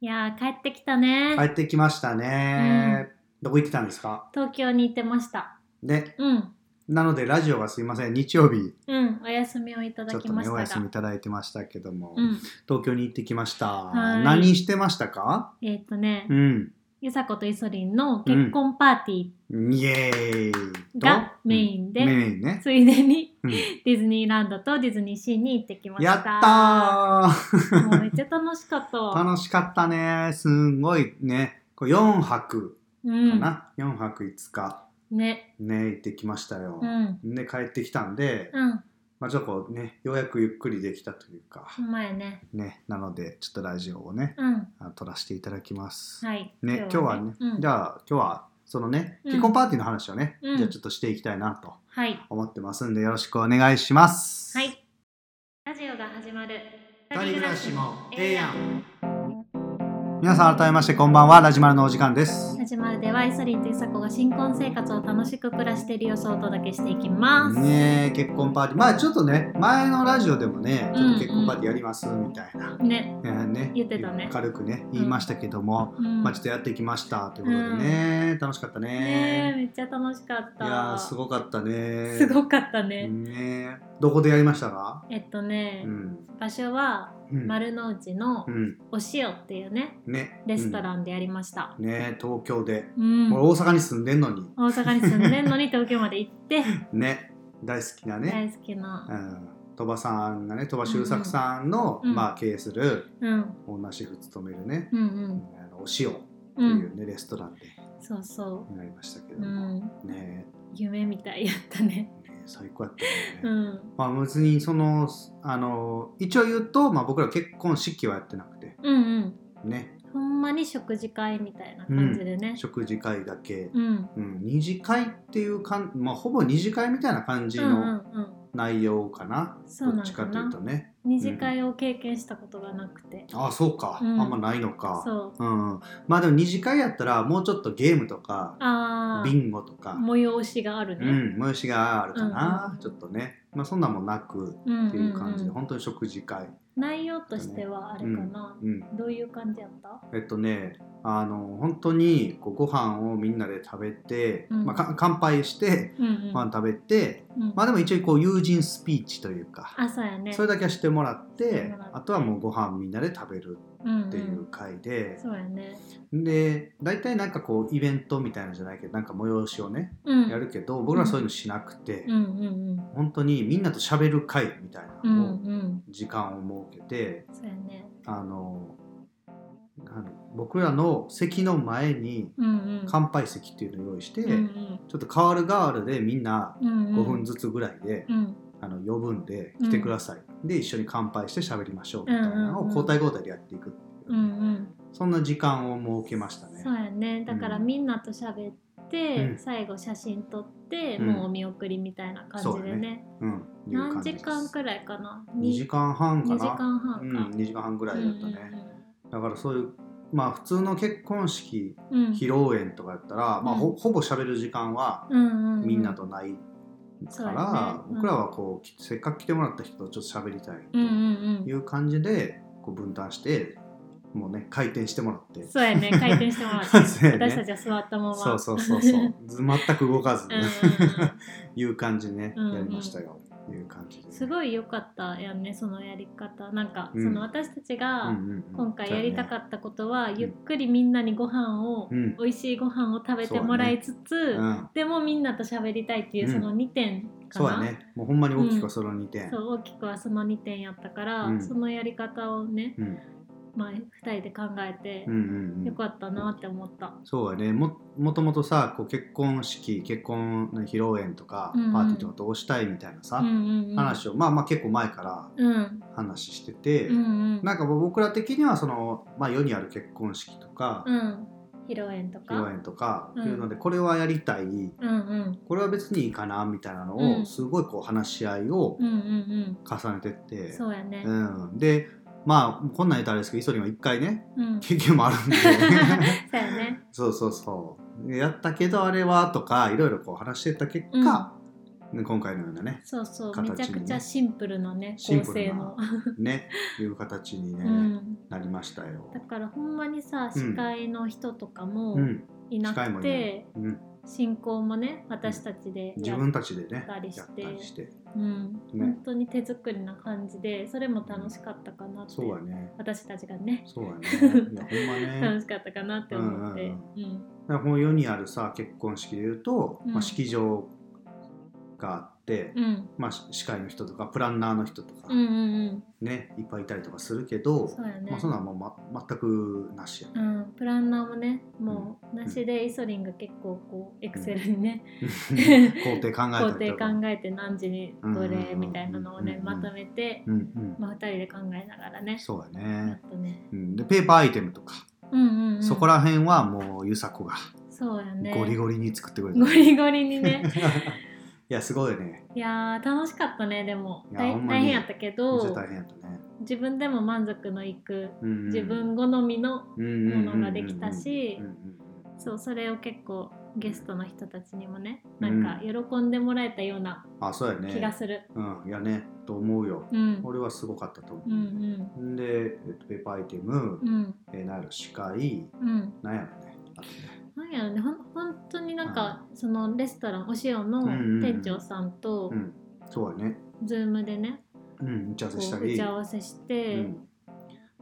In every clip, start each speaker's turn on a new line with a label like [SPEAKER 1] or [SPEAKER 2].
[SPEAKER 1] いやー帰ってきたね、
[SPEAKER 2] 帰ってきましたね、どこ行ってたんですか
[SPEAKER 1] 東京に行ってました
[SPEAKER 2] で
[SPEAKER 1] うん
[SPEAKER 2] なのでラジオがすいません日曜日
[SPEAKER 1] うんお休みをいただ
[SPEAKER 2] ちょっ
[SPEAKER 1] き
[SPEAKER 2] と
[SPEAKER 1] まし
[SPEAKER 2] ね
[SPEAKER 1] た
[SPEAKER 2] お
[SPEAKER 1] が
[SPEAKER 2] 休みいただいてましたけども、
[SPEAKER 1] うん
[SPEAKER 2] 東京に行ってきました
[SPEAKER 1] はい
[SPEAKER 2] 何してましたか
[SPEAKER 1] えっ、とね、
[SPEAKER 2] うん
[SPEAKER 1] ゆさこといそりんの結婚パーティ
[SPEAKER 2] イエーイ
[SPEAKER 1] ー
[SPEAKER 2] と
[SPEAKER 1] がメインで、
[SPEAKER 2] メインね、
[SPEAKER 1] ついでに
[SPEAKER 2] う ん
[SPEAKER 1] ディズニーランドとディズニーシーに行ってきました
[SPEAKER 2] やった
[SPEAKER 1] もうめっちゃ楽しかった
[SPEAKER 2] ー
[SPEAKER 1] わ
[SPEAKER 2] 楽しかったねすんごいねこう4泊
[SPEAKER 1] う
[SPEAKER 2] か
[SPEAKER 1] ん
[SPEAKER 2] な、4泊5日
[SPEAKER 1] ね
[SPEAKER 2] ね行ってきましたよ
[SPEAKER 1] う、ん
[SPEAKER 2] で帰ってきたんで、
[SPEAKER 1] うん
[SPEAKER 2] まあ、ちょっとこうねようやくゆっくりできたというか、
[SPEAKER 1] ほんまやね
[SPEAKER 2] ね、なのでちょっとラジオをね
[SPEAKER 1] うん
[SPEAKER 2] あ撮らせていただきます、
[SPEAKER 1] はい
[SPEAKER 2] ね、今日はね、
[SPEAKER 1] うん、
[SPEAKER 2] じゃあ今日はそのね
[SPEAKER 1] うん
[SPEAKER 2] 結婚パーティーの話をね、
[SPEAKER 1] うん
[SPEAKER 2] じゃあちょっとしていきたいなと
[SPEAKER 1] はい
[SPEAKER 2] 思ってますんでよろしくお願いします
[SPEAKER 1] はい。ラジオが始まる。
[SPEAKER 2] 二人暮らしもええや
[SPEAKER 1] ん。
[SPEAKER 2] 皆さん改めましてこんばんはラジマルのお時間です
[SPEAKER 1] 始まるではイソリンとイサコが新婚生活を楽しく暮らしている様子をお届けしていきます。
[SPEAKER 2] ね結婚パーティーまあちょっとね前のラジオでもねちょっと結
[SPEAKER 1] うんうん
[SPEAKER 2] 婚パーティーやりますみたいな、
[SPEAKER 1] ね、
[SPEAKER 2] えーね
[SPEAKER 1] 言ってたね
[SPEAKER 2] 軽くね言いましたけども、
[SPEAKER 1] うん
[SPEAKER 2] まあちょっとやってきましたということでね、楽しかった
[SPEAKER 1] ねえ
[SPEAKER 2] ね
[SPEAKER 1] めっちゃ楽しかった。
[SPEAKER 2] いやーすごかったね
[SPEAKER 1] すごかったね。
[SPEAKER 2] ねどこでやりましたか
[SPEAKER 1] えっとね
[SPEAKER 2] う、ん、
[SPEAKER 1] 場所は
[SPEAKER 2] うん
[SPEAKER 1] 丸の内の
[SPEAKER 2] うん
[SPEAKER 1] お塩っていうね
[SPEAKER 2] ね
[SPEAKER 1] レストランでやりました。
[SPEAKER 2] うんね東京で、
[SPEAKER 1] うん。
[SPEAKER 2] 俺大阪に住んでんのに
[SPEAKER 1] 大阪に住んでんのに東京まで行って
[SPEAKER 2] ね大好きなね
[SPEAKER 1] 大好きな、
[SPEAKER 2] うん鳥羽さんがね鳥羽周作さんの、
[SPEAKER 1] うん
[SPEAKER 2] まあ、経営する
[SPEAKER 1] うん、
[SPEAKER 2] 女シェフ務めるね、
[SPEAKER 1] うん
[SPEAKER 2] あのお塩って
[SPEAKER 1] うんう
[SPEAKER 2] いうんね、レストランで
[SPEAKER 1] そうそ
[SPEAKER 2] なりましたけど
[SPEAKER 1] う、う
[SPEAKER 2] も、
[SPEAKER 1] ん、
[SPEAKER 2] ね
[SPEAKER 1] 夢みたいやったね。
[SPEAKER 2] ね最高やったよね、
[SPEAKER 1] うん、
[SPEAKER 2] まあ別にそのあの一応言うと、まあ、僕ら結婚式はやってなくて
[SPEAKER 1] うんうん
[SPEAKER 2] ね
[SPEAKER 1] ほんまに食事会みたいな感じでね
[SPEAKER 2] 食事会だけ、
[SPEAKER 1] うん、
[SPEAKER 2] うん、二次会っていうかん、まあ、ほぼ二次会みたいな感じ
[SPEAKER 1] うんうん
[SPEAKER 2] の
[SPEAKER 1] うん
[SPEAKER 2] 内容かな、
[SPEAKER 1] そうな
[SPEAKER 2] ど
[SPEAKER 1] の
[SPEAKER 2] っち
[SPEAKER 1] か
[SPEAKER 2] かという
[SPEAKER 1] な
[SPEAKER 2] とね
[SPEAKER 1] 二次会を経験したことがなくて、
[SPEAKER 2] ああそうか、
[SPEAKER 1] うん
[SPEAKER 2] あんまないのか
[SPEAKER 1] そう
[SPEAKER 2] うん、まあでも二次会やったらもうちょっとゲームとか
[SPEAKER 1] ああ
[SPEAKER 2] ビンゴとか、
[SPEAKER 1] 催しがある
[SPEAKER 2] う
[SPEAKER 1] ね、
[SPEAKER 2] ん、催しがあるかな、
[SPEAKER 1] うん
[SPEAKER 2] ちょっとね、まあ、そんなんもなく
[SPEAKER 1] うんうんうん
[SPEAKER 2] っていう感じで、本当に食事会、
[SPEAKER 1] 内容としてはあれかな、
[SPEAKER 2] うん、
[SPEAKER 1] どういう感じやった
[SPEAKER 2] えっとねあの本当にこうご飯をみんなで食べて、
[SPEAKER 1] うん
[SPEAKER 2] まあ、か乾杯して
[SPEAKER 1] うんうん、
[SPEAKER 2] ご飯食べて、
[SPEAKER 1] うん
[SPEAKER 2] まあでも一応こう友人スピーチというか、
[SPEAKER 1] あそうやね
[SPEAKER 2] それだけはしてもらって
[SPEAKER 1] してもらって
[SPEAKER 2] あとはもうご飯みんなで食べる
[SPEAKER 1] うん
[SPEAKER 2] ってい
[SPEAKER 1] ん
[SPEAKER 2] う回で、
[SPEAKER 1] そうやね
[SPEAKER 2] で大体なんかこうイベントみたいなのじゃないけどなんか催しをね
[SPEAKER 1] うん
[SPEAKER 2] やるけど、僕らはそういうのしなくて、
[SPEAKER 1] うんうん
[SPEAKER 2] 本当にみんなと喋る会みたいな
[SPEAKER 1] うんう
[SPEAKER 2] のを
[SPEAKER 1] んうん
[SPEAKER 2] 時間を設けて、
[SPEAKER 1] そうやね
[SPEAKER 2] あのあの僕らの席の前に
[SPEAKER 1] うんうん
[SPEAKER 2] 乾杯席っていうのを用意して、
[SPEAKER 1] うんうん
[SPEAKER 2] ちょっと代わる代わるでみんな
[SPEAKER 1] うんうん
[SPEAKER 2] 5分ずつぐらいで、
[SPEAKER 1] うん
[SPEAKER 2] あの呼ぶんで来てください、で一緒に乾杯して喋りましょうみたいなの
[SPEAKER 1] うん
[SPEAKER 2] を
[SPEAKER 1] うんうん
[SPEAKER 2] 交代交代でやっていくってい
[SPEAKER 1] う
[SPEAKER 2] う
[SPEAKER 1] んうん
[SPEAKER 2] そんな時間を設けましたね
[SPEAKER 1] そうやねだから
[SPEAKER 2] うん
[SPEAKER 1] みんなと喋って、
[SPEAKER 2] うん
[SPEAKER 1] 最後写真撮って、
[SPEAKER 2] うん
[SPEAKER 1] もうお見送りみたいな感じでね
[SPEAKER 2] うんいう
[SPEAKER 1] 何
[SPEAKER 2] 感じ
[SPEAKER 1] 時
[SPEAKER 2] です
[SPEAKER 1] 間くらいかな
[SPEAKER 2] 2時間半か
[SPEAKER 1] 2
[SPEAKER 2] な
[SPEAKER 1] 時間半か、
[SPEAKER 2] うん、2時間半ぐらいだったね、だからそういうまあ普通の結婚式
[SPEAKER 1] うんうんうん、
[SPEAKER 2] 披露宴とかやったら、まあ、ほほぼ喋る時間は
[SPEAKER 1] うんうんうん
[SPEAKER 2] みんなとない
[SPEAKER 1] そう
[SPEAKER 2] か
[SPEAKER 1] やね
[SPEAKER 2] ら、
[SPEAKER 1] うん
[SPEAKER 2] 僕らはこうきせっかく来てもらった人とちょっと喋りたいと
[SPEAKER 1] うんうん
[SPEAKER 2] い
[SPEAKER 1] うん
[SPEAKER 2] う感じでこう分担してもうね回転してもらって
[SPEAKER 1] そう やね回転してもらって
[SPEAKER 2] そうやね
[SPEAKER 1] 私たちは座ったまま
[SPEAKER 2] そうそうそうそう ず全く動かず、
[SPEAKER 1] うんうん
[SPEAKER 2] いう感じね、
[SPEAKER 1] うんうん
[SPEAKER 2] やりましたよいう感じで、
[SPEAKER 1] う
[SPEAKER 2] ね、
[SPEAKER 1] んす
[SPEAKER 2] い、
[SPEAKER 1] ごい良かったやんねそのやり方なんか、
[SPEAKER 2] うん
[SPEAKER 1] その私たちが今回やりたか
[SPEAKER 2] っ
[SPEAKER 1] ったことは、ゆっくりみんなにご飯を、
[SPEAKER 2] うん
[SPEAKER 1] 美味しいご飯を食べてもらいつつ、
[SPEAKER 2] たうん
[SPEAKER 1] でもみんなと喋りたいっていう
[SPEAKER 2] う
[SPEAKER 1] そ
[SPEAKER 2] ん
[SPEAKER 1] の2点か
[SPEAKER 2] そう
[SPEAKER 1] な、
[SPEAKER 2] だねもうほんまに大きくはその2点、
[SPEAKER 1] そう大きくはその2点やったから、
[SPEAKER 2] うん
[SPEAKER 1] そのやり方をね、
[SPEAKER 2] うん
[SPEAKER 1] まあ、2人で考えて
[SPEAKER 2] うん、うんうん
[SPEAKER 1] よかったなって思った、
[SPEAKER 2] そうやねももともとさこう結婚式結婚の披露宴とか、
[SPEAKER 1] うんうん
[SPEAKER 2] パーティーとかどうしたいみたいなさ、
[SPEAKER 1] うんうんうん、
[SPEAKER 2] 話をまあまあ結構前から
[SPEAKER 1] うん
[SPEAKER 2] 話してて、
[SPEAKER 1] うんうん
[SPEAKER 2] なんか僕ら的にはその、まあ、世にある結婚式とか、
[SPEAKER 1] うん披露宴と
[SPEAKER 2] 披露
[SPEAKER 1] か
[SPEAKER 2] 宴とか
[SPEAKER 1] うん
[SPEAKER 2] っていうので、これはやりたい
[SPEAKER 1] うんうん
[SPEAKER 2] これは別にいいかなみたいな
[SPEAKER 1] う
[SPEAKER 2] のを
[SPEAKER 1] ん
[SPEAKER 2] すごいこう話し合いを
[SPEAKER 1] うんうん
[SPEAKER 2] 重ねてって、
[SPEAKER 1] うんそうやね
[SPEAKER 2] うん、でまあこんなん言ったらあれですけど磯には一回ね
[SPEAKER 1] うん、 そ
[SPEAKER 2] 経験もある んで
[SPEAKER 1] うやね
[SPEAKER 2] そうそうそうやったけどあれはとかいろいろこう話してた結果、
[SPEAKER 1] うん
[SPEAKER 2] ね今回のよう なね
[SPEAKER 1] そうそう、
[SPEAKER 2] 形に
[SPEAKER 1] めち
[SPEAKER 2] ね
[SPEAKER 1] ゃくちゃシンプルなね
[SPEAKER 2] シン
[SPEAKER 1] 構
[SPEAKER 2] プル
[SPEAKER 1] 成
[SPEAKER 2] な
[SPEAKER 1] の、
[SPEAKER 2] ねいう形に、ね
[SPEAKER 1] うん、
[SPEAKER 2] なりましたよ
[SPEAKER 1] だ。からほんまにさ
[SPEAKER 2] うん
[SPEAKER 1] 司会の人とかも
[SPEAKER 2] うん、
[SPEAKER 1] いな
[SPEAKER 2] 近いも
[SPEAKER 1] く
[SPEAKER 2] んね
[SPEAKER 1] て、、
[SPEAKER 2] うん、
[SPEAKER 1] 進行もね私たちで
[SPEAKER 2] 自
[SPEAKER 1] やっ
[SPEAKER 2] 分たちでね
[SPEAKER 1] やったり
[SPEAKER 2] や
[SPEAKER 1] し
[SPEAKER 2] ってたりして
[SPEAKER 1] うん
[SPEAKER 2] ね
[SPEAKER 1] 本当に手作りな感じでそれも楽しかったかなって、
[SPEAKER 2] そうやね
[SPEAKER 1] 私たちがね
[SPEAKER 2] そ うやねいやほんまね
[SPEAKER 1] 楽しかったかなって思って、
[SPEAKER 2] う
[SPEAKER 1] うんん
[SPEAKER 2] だからこの世にあるさ結婚式でいうと、
[SPEAKER 1] うん
[SPEAKER 2] まあ、式場があって、
[SPEAKER 1] うん、
[SPEAKER 2] まあ、し司会の人とかプランナーの人とか、
[SPEAKER 1] うんうん
[SPEAKER 2] ねいっぱいいたりとかするけど
[SPEAKER 1] そうやね
[SPEAKER 2] まあ、そんなんもう、ま、全くなしやね
[SPEAKER 1] うんプランナーもねもうなしでイソリンが結構こうエクセルにね、
[SPEAKER 2] 工程考
[SPEAKER 1] 工
[SPEAKER 2] えたり
[SPEAKER 1] 程
[SPEAKER 2] とか。
[SPEAKER 1] 考えて何時にど
[SPEAKER 2] うんうんうんう
[SPEAKER 1] れ
[SPEAKER 2] ん
[SPEAKER 1] みたいなのをねまとめて、
[SPEAKER 2] うんうん
[SPEAKER 1] まあ、2人で考えながらね
[SPEAKER 2] そうや
[SPEAKER 1] やっ
[SPEAKER 2] ね、
[SPEAKER 1] とね、
[SPEAKER 2] うん、でペーパーアイテムとか、
[SPEAKER 1] うんうんうん、
[SPEAKER 2] そこら辺はもうゆさこが
[SPEAKER 1] そうやね
[SPEAKER 2] ゴリゴリに作ってくれた、
[SPEAKER 1] ゴ リゴリにね
[SPEAKER 2] いやすごいよね
[SPEAKER 1] いやー楽しかったねでも
[SPEAKER 2] いや
[SPEAKER 1] 大
[SPEAKER 2] ほんま
[SPEAKER 1] 大
[SPEAKER 2] に
[SPEAKER 1] 変やったけ
[SPEAKER 2] めっちゃ
[SPEAKER 1] ど
[SPEAKER 2] 大変やったね、
[SPEAKER 1] 自分でも満足のいく
[SPEAKER 2] うんうん
[SPEAKER 1] 自分好みの、
[SPEAKER 2] も
[SPEAKER 1] ものができたし
[SPEAKER 2] うんうんうん
[SPEAKER 1] そうそれを結構ゲストの人たちにもねなんか喜んでもらえたような
[SPEAKER 2] うんあそうやね
[SPEAKER 1] 気がする、
[SPEAKER 2] うん、いやねと思うよ、
[SPEAKER 1] うん、
[SPEAKER 2] 俺はすごかったと思
[SPEAKER 1] うんうん
[SPEAKER 2] う、ん、で、えっと、ペーパーアイテム、
[SPEAKER 1] うん
[SPEAKER 2] えー、なんやろ司会
[SPEAKER 1] うん
[SPEAKER 2] なんやろねあとね
[SPEAKER 1] なんやろねほん本当になんかそのレストランお塩の店長さんと
[SPEAKER 2] うんそうやね
[SPEAKER 1] ズームでね
[SPEAKER 2] うん打ち合わ
[SPEAKER 1] こ
[SPEAKER 2] せした
[SPEAKER 1] う打
[SPEAKER 2] り
[SPEAKER 1] ち合わせして、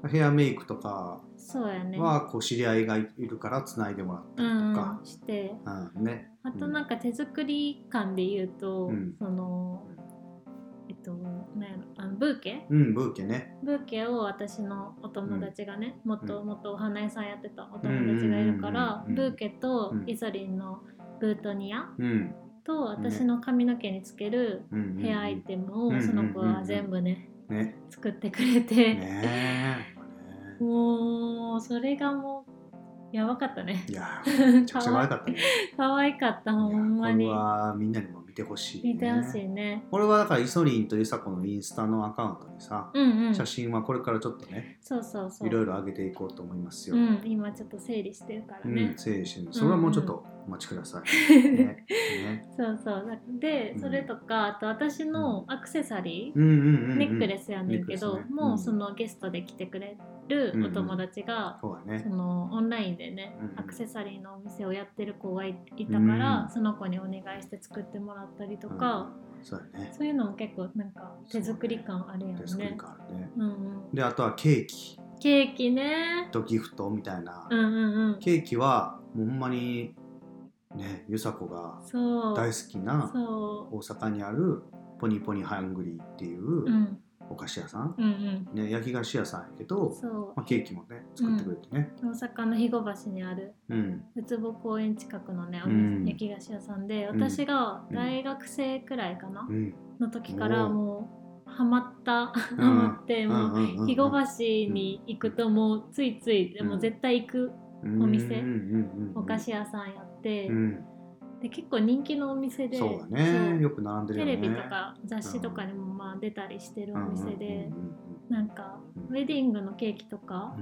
[SPEAKER 2] うん、ヘアメイクとか
[SPEAKER 1] そうやね
[SPEAKER 2] はこう知り合いがいるからつないでもらった
[SPEAKER 1] う
[SPEAKER 2] り
[SPEAKER 1] ん
[SPEAKER 2] と
[SPEAKER 1] う
[SPEAKER 2] か
[SPEAKER 1] ん、して
[SPEAKER 2] うんね
[SPEAKER 1] あとなんか手作り感で言うと、
[SPEAKER 2] うん
[SPEAKER 1] そのえっとなんやろあのブーケ
[SPEAKER 2] うんブーケね
[SPEAKER 1] ブーケを私のお友達がね、もっともっとお花屋さんやってたお友達がいるから、
[SPEAKER 2] うんうんうんうん
[SPEAKER 1] ブーケと
[SPEAKER 2] うん
[SPEAKER 1] イソリンのブートニア
[SPEAKER 2] うん
[SPEAKER 1] と私の髪の毛につける
[SPEAKER 2] うんうんうん
[SPEAKER 1] ヘアアイテム
[SPEAKER 2] うんうん
[SPEAKER 1] をその子は全部ね
[SPEAKER 2] ね
[SPEAKER 1] 作ってくれて、
[SPEAKER 2] ねえほんまね
[SPEAKER 1] もうそれがもうやばかったね
[SPEAKER 2] いやーめちゃくちゃ可愛かったね
[SPEAKER 1] 可愛 かったほんま
[SPEAKER 2] い
[SPEAKER 1] に
[SPEAKER 2] やこれはみんなにも見てほしい、ね、
[SPEAKER 1] 見てほしいね
[SPEAKER 2] これはだからイソリンとユサコのインスタのアカウントにさ、
[SPEAKER 1] うんうん
[SPEAKER 2] 写真はこれからちょっとね
[SPEAKER 1] そうそうそう
[SPEAKER 2] いろいろ上げていこうと思いますよ、
[SPEAKER 1] うん、今ちょっと整理してるから
[SPEAKER 2] うん
[SPEAKER 1] ね、
[SPEAKER 2] 整理してるそれはもうちょっとお待ちください、 ねね
[SPEAKER 1] そうそうだで、
[SPEAKER 2] うん
[SPEAKER 1] それとかあと私のアクセサリー、
[SPEAKER 2] うんうんうんうん、
[SPEAKER 1] ネックレスやねんけど、
[SPEAKER 2] ネックレスね
[SPEAKER 1] もうんうそのゲストで来てくれるお友達が、
[SPEAKER 2] そうだね
[SPEAKER 1] そのオンラインでね、
[SPEAKER 2] うんうん
[SPEAKER 1] アクセサリーのお店をやってる子がいいたから、
[SPEAKER 2] うん
[SPEAKER 1] その子にお願いして作ってもらったりとか、、
[SPEAKER 2] うん、そうだね
[SPEAKER 1] そういうのも結構なんか手作り感あるやん
[SPEAKER 2] 手作り
[SPEAKER 1] ね。
[SPEAKER 2] 感あるね
[SPEAKER 1] うんうん、
[SPEAKER 2] であとはケーキ
[SPEAKER 1] ケーキね。
[SPEAKER 2] とギフトみたいな、
[SPEAKER 1] うんうんうん。
[SPEAKER 2] ケーキはもうほんまにねゆさこが
[SPEAKER 1] そう。
[SPEAKER 2] 大好きな
[SPEAKER 1] そ
[SPEAKER 2] 大阪にあるポニーポニーハングリーっていう
[SPEAKER 1] う。うん
[SPEAKER 2] お菓子屋さん、
[SPEAKER 1] うんうん。
[SPEAKER 2] ね、焼き菓子屋さんやけど、
[SPEAKER 1] そう
[SPEAKER 2] まあ、ケーキもね作ってくれてね
[SPEAKER 1] 大阪の肥後橋にある
[SPEAKER 2] うん
[SPEAKER 1] ウツボ公園近くのねお
[SPEAKER 2] うん
[SPEAKER 1] 店焼き菓子屋さんで、
[SPEAKER 2] ん
[SPEAKER 1] 私が大学生くらいかな、
[SPEAKER 2] うん
[SPEAKER 1] の時から
[SPEAKER 2] おー
[SPEAKER 1] もうハマったハ
[SPEAKER 2] うん
[SPEAKER 1] マって、
[SPEAKER 2] うん
[SPEAKER 1] もう
[SPEAKER 2] うんうん
[SPEAKER 1] 肥後橋に行くともうついつい、
[SPEAKER 2] うん
[SPEAKER 1] もう絶対行く
[SPEAKER 2] うん
[SPEAKER 1] お店
[SPEAKER 2] うんうんうんうん
[SPEAKER 1] お菓子屋さんやって、
[SPEAKER 2] うん
[SPEAKER 1] で結構人気のお店で
[SPEAKER 2] そうだ
[SPEAKER 1] そ
[SPEAKER 2] ね
[SPEAKER 1] う
[SPEAKER 2] よく並んでる
[SPEAKER 1] テ
[SPEAKER 2] よ
[SPEAKER 1] レ
[SPEAKER 2] ね
[SPEAKER 1] ビとか雑誌とかにもまあ出たりしてるお店で、
[SPEAKER 2] うん
[SPEAKER 1] なんかウェディングのケーキとか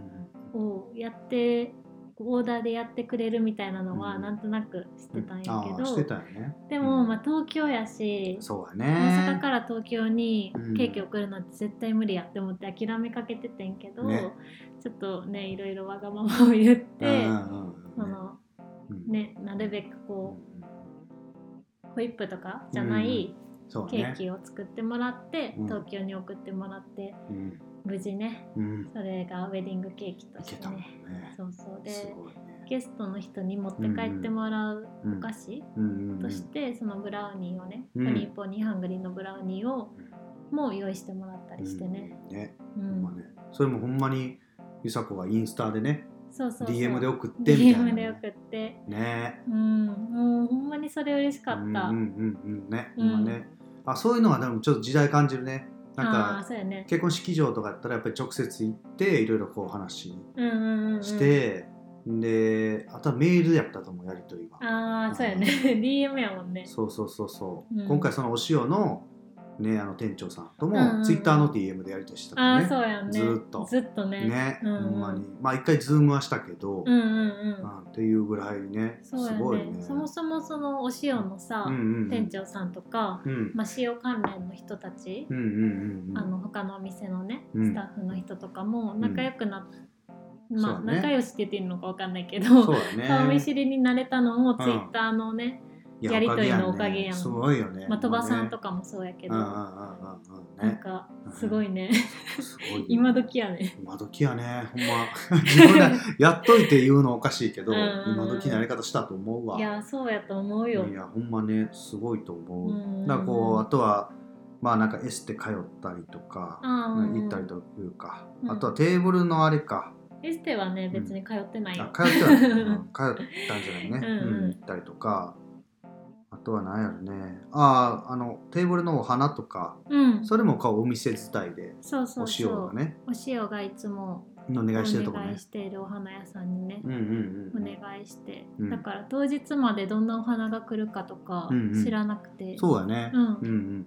[SPEAKER 2] うんうんうんう
[SPEAKER 1] を
[SPEAKER 2] ん
[SPEAKER 1] やってオーダーでやってくれるみたいなのは
[SPEAKER 2] うん
[SPEAKER 1] なんとなく知ってたんやけど、
[SPEAKER 2] あーしてたよね
[SPEAKER 1] でも、
[SPEAKER 2] うん
[SPEAKER 1] まあ、東京やし
[SPEAKER 2] そうや
[SPEAKER 1] 大阪
[SPEAKER 2] ね
[SPEAKER 1] から東京に
[SPEAKER 2] うん
[SPEAKER 1] ケーキ送るなんて絶対無理やって思って諦めかけててんけど、
[SPEAKER 2] ね
[SPEAKER 1] ちょっとねいろいろわがままを言って、
[SPEAKER 2] うんうん
[SPEAKER 1] そ
[SPEAKER 2] うん
[SPEAKER 1] の
[SPEAKER 2] うん
[SPEAKER 1] ね、なるべく
[SPEAKER 2] うん
[SPEAKER 1] こうホイップとかじゃない
[SPEAKER 2] そう
[SPEAKER 1] ケー
[SPEAKER 2] ね
[SPEAKER 1] キを作ってもらって、
[SPEAKER 2] うん
[SPEAKER 1] 東京に送ってもらって
[SPEAKER 2] うん
[SPEAKER 1] 無事ね
[SPEAKER 2] うん
[SPEAKER 1] それがウェディングケーキと
[SPEAKER 2] い
[SPEAKER 1] し
[SPEAKER 2] け
[SPEAKER 1] て
[SPEAKER 2] たもん
[SPEAKER 1] ね。
[SPEAKER 2] ね
[SPEAKER 1] そうそうです
[SPEAKER 2] ごいね
[SPEAKER 1] ゲストの人に持って帰ってもらう
[SPEAKER 2] う
[SPEAKER 1] お
[SPEAKER 2] ん
[SPEAKER 1] 菓子
[SPEAKER 2] うんうん
[SPEAKER 1] として、そのブラウニーをね、
[SPEAKER 2] うん
[SPEAKER 1] ポニーポニーハングリーのブラウニーをもう用意してもらったりしてね、
[SPEAKER 2] うんね
[SPEAKER 1] うん
[SPEAKER 2] ほんまねそれもほんまにゆさこがインスタでね
[SPEAKER 1] そうそうそう
[SPEAKER 2] DM で送ってみたいな
[SPEAKER 1] DM で
[SPEAKER 2] ね
[SPEAKER 1] 送って、
[SPEAKER 2] ね
[SPEAKER 1] うん、もうほんまにそれ嬉しかった、
[SPEAKER 2] うんうんうんうんね,、
[SPEAKER 1] うん
[SPEAKER 2] まあねあそういうのはでもちょっと時代感じるね
[SPEAKER 1] ああ
[SPEAKER 2] なん
[SPEAKER 1] ー
[SPEAKER 2] か
[SPEAKER 1] そうやね
[SPEAKER 2] 結婚式場とかだったらやっぱり直接行っていろいろこう話
[SPEAKER 1] うんうんうん
[SPEAKER 2] して、であとはメールやったと思うやり取りは
[SPEAKER 1] ああそうやね DM やもんね
[SPEAKER 2] そうそうそうそう、
[SPEAKER 1] うん
[SPEAKER 2] 今回そのお塩のねあの店長さんと
[SPEAKER 1] うんう
[SPEAKER 2] も
[SPEAKER 1] ん
[SPEAKER 2] ツイッターの DM でやりとりしてた
[SPEAKER 1] あ
[SPEAKER 2] もん
[SPEAKER 1] あ
[SPEAKER 2] ね
[SPEAKER 1] そうやんね
[SPEAKER 2] ずーっと
[SPEAKER 1] ずっとね
[SPEAKER 2] ね、
[SPEAKER 1] うんうん
[SPEAKER 2] ほんまにまあ一回ズームはしたけ
[SPEAKER 1] うんう
[SPEAKER 2] ど、
[SPEAKER 1] んうん
[SPEAKER 2] なんていうぐらいねす
[SPEAKER 1] そうや
[SPEAKER 2] ごい
[SPEAKER 1] ね
[SPEAKER 2] ね
[SPEAKER 1] そもそもそのお塩のさ、
[SPEAKER 2] うんうんうん
[SPEAKER 1] 店長さんとか、
[SPEAKER 2] うん
[SPEAKER 1] まあ、塩関連の人たち、
[SPEAKER 2] うんうんうんうん
[SPEAKER 1] あの他のお店のね、
[SPEAKER 2] うん
[SPEAKER 1] スタッフの人とかも仲良くなっ、まあ、
[SPEAKER 2] そうだね
[SPEAKER 1] 仲良しって言っていいのかわかんないけど、
[SPEAKER 2] そうだ
[SPEAKER 1] 顔見
[SPEAKER 2] ね
[SPEAKER 1] 知りになれたのもツイッターのね、
[SPEAKER 2] いや
[SPEAKER 1] やりとりの
[SPEAKER 2] お
[SPEAKER 1] お
[SPEAKER 2] かげ
[SPEAKER 1] かげや
[SPEAKER 2] ね
[SPEAKER 1] ん
[SPEAKER 2] すごいよね
[SPEAKER 1] まあ、鳥羽さんと
[SPEAKER 2] か
[SPEAKER 1] かもそうやけ
[SPEAKER 2] ね
[SPEAKER 1] ど、
[SPEAKER 2] うんうんうんうんうん
[SPEAKER 1] なん
[SPEAKER 2] ね
[SPEAKER 1] かすごいね、
[SPEAKER 2] すごいよ
[SPEAKER 1] 今時やね。
[SPEAKER 2] 今時やねほんま 自分らやっといて言うのおかしいけど
[SPEAKER 1] うんうんうん
[SPEAKER 2] 今時のやり方したと思うわ
[SPEAKER 1] いやそうやと思うよ。
[SPEAKER 2] いやほんまねすごいと思う、
[SPEAKER 1] うん
[SPEAKER 2] だからこうあとはまあなんかエステ通ったりとか、
[SPEAKER 1] あー
[SPEAKER 2] 行ったりというか、
[SPEAKER 1] うん
[SPEAKER 2] あとはテーブルのあれか、
[SPEAKER 1] エステはね別に通ってない
[SPEAKER 2] あ
[SPEAKER 1] よ。
[SPEAKER 2] 通っ てはない、うん通ったんじゃないね、
[SPEAKER 1] うんうん
[SPEAKER 2] 行ったりとかあとは何やろねあああのテーブルのお花とか
[SPEAKER 1] うん、
[SPEAKER 2] それもこうお店自体で
[SPEAKER 1] そう
[SPEAKER 2] お
[SPEAKER 1] そうそ
[SPEAKER 2] 塩
[SPEAKER 1] う。
[SPEAKER 2] がね
[SPEAKER 1] お塩がいつも
[SPEAKER 2] お
[SPEAKER 1] お
[SPEAKER 2] 願いしてるとこ
[SPEAKER 1] 願
[SPEAKER 2] ね
[SPEAKER 1] いしているお花屋さんにね
[SPEAKER 2] う、んうん
[SPEAKER 1] お
[SPEAKER 2] うん、
[SPEAKER 1] 願いして、
[SPEAKER 2] うん
[SPEAKER 1] だから当日までどんなお花が来るかとか
[SPEAKER 2] うんうん
[SPEAKER 1] 知らなくて、
[SPEAKER 2] そうやね、
[SPEAKER 1] うん
[SPEAKER 2] うんうん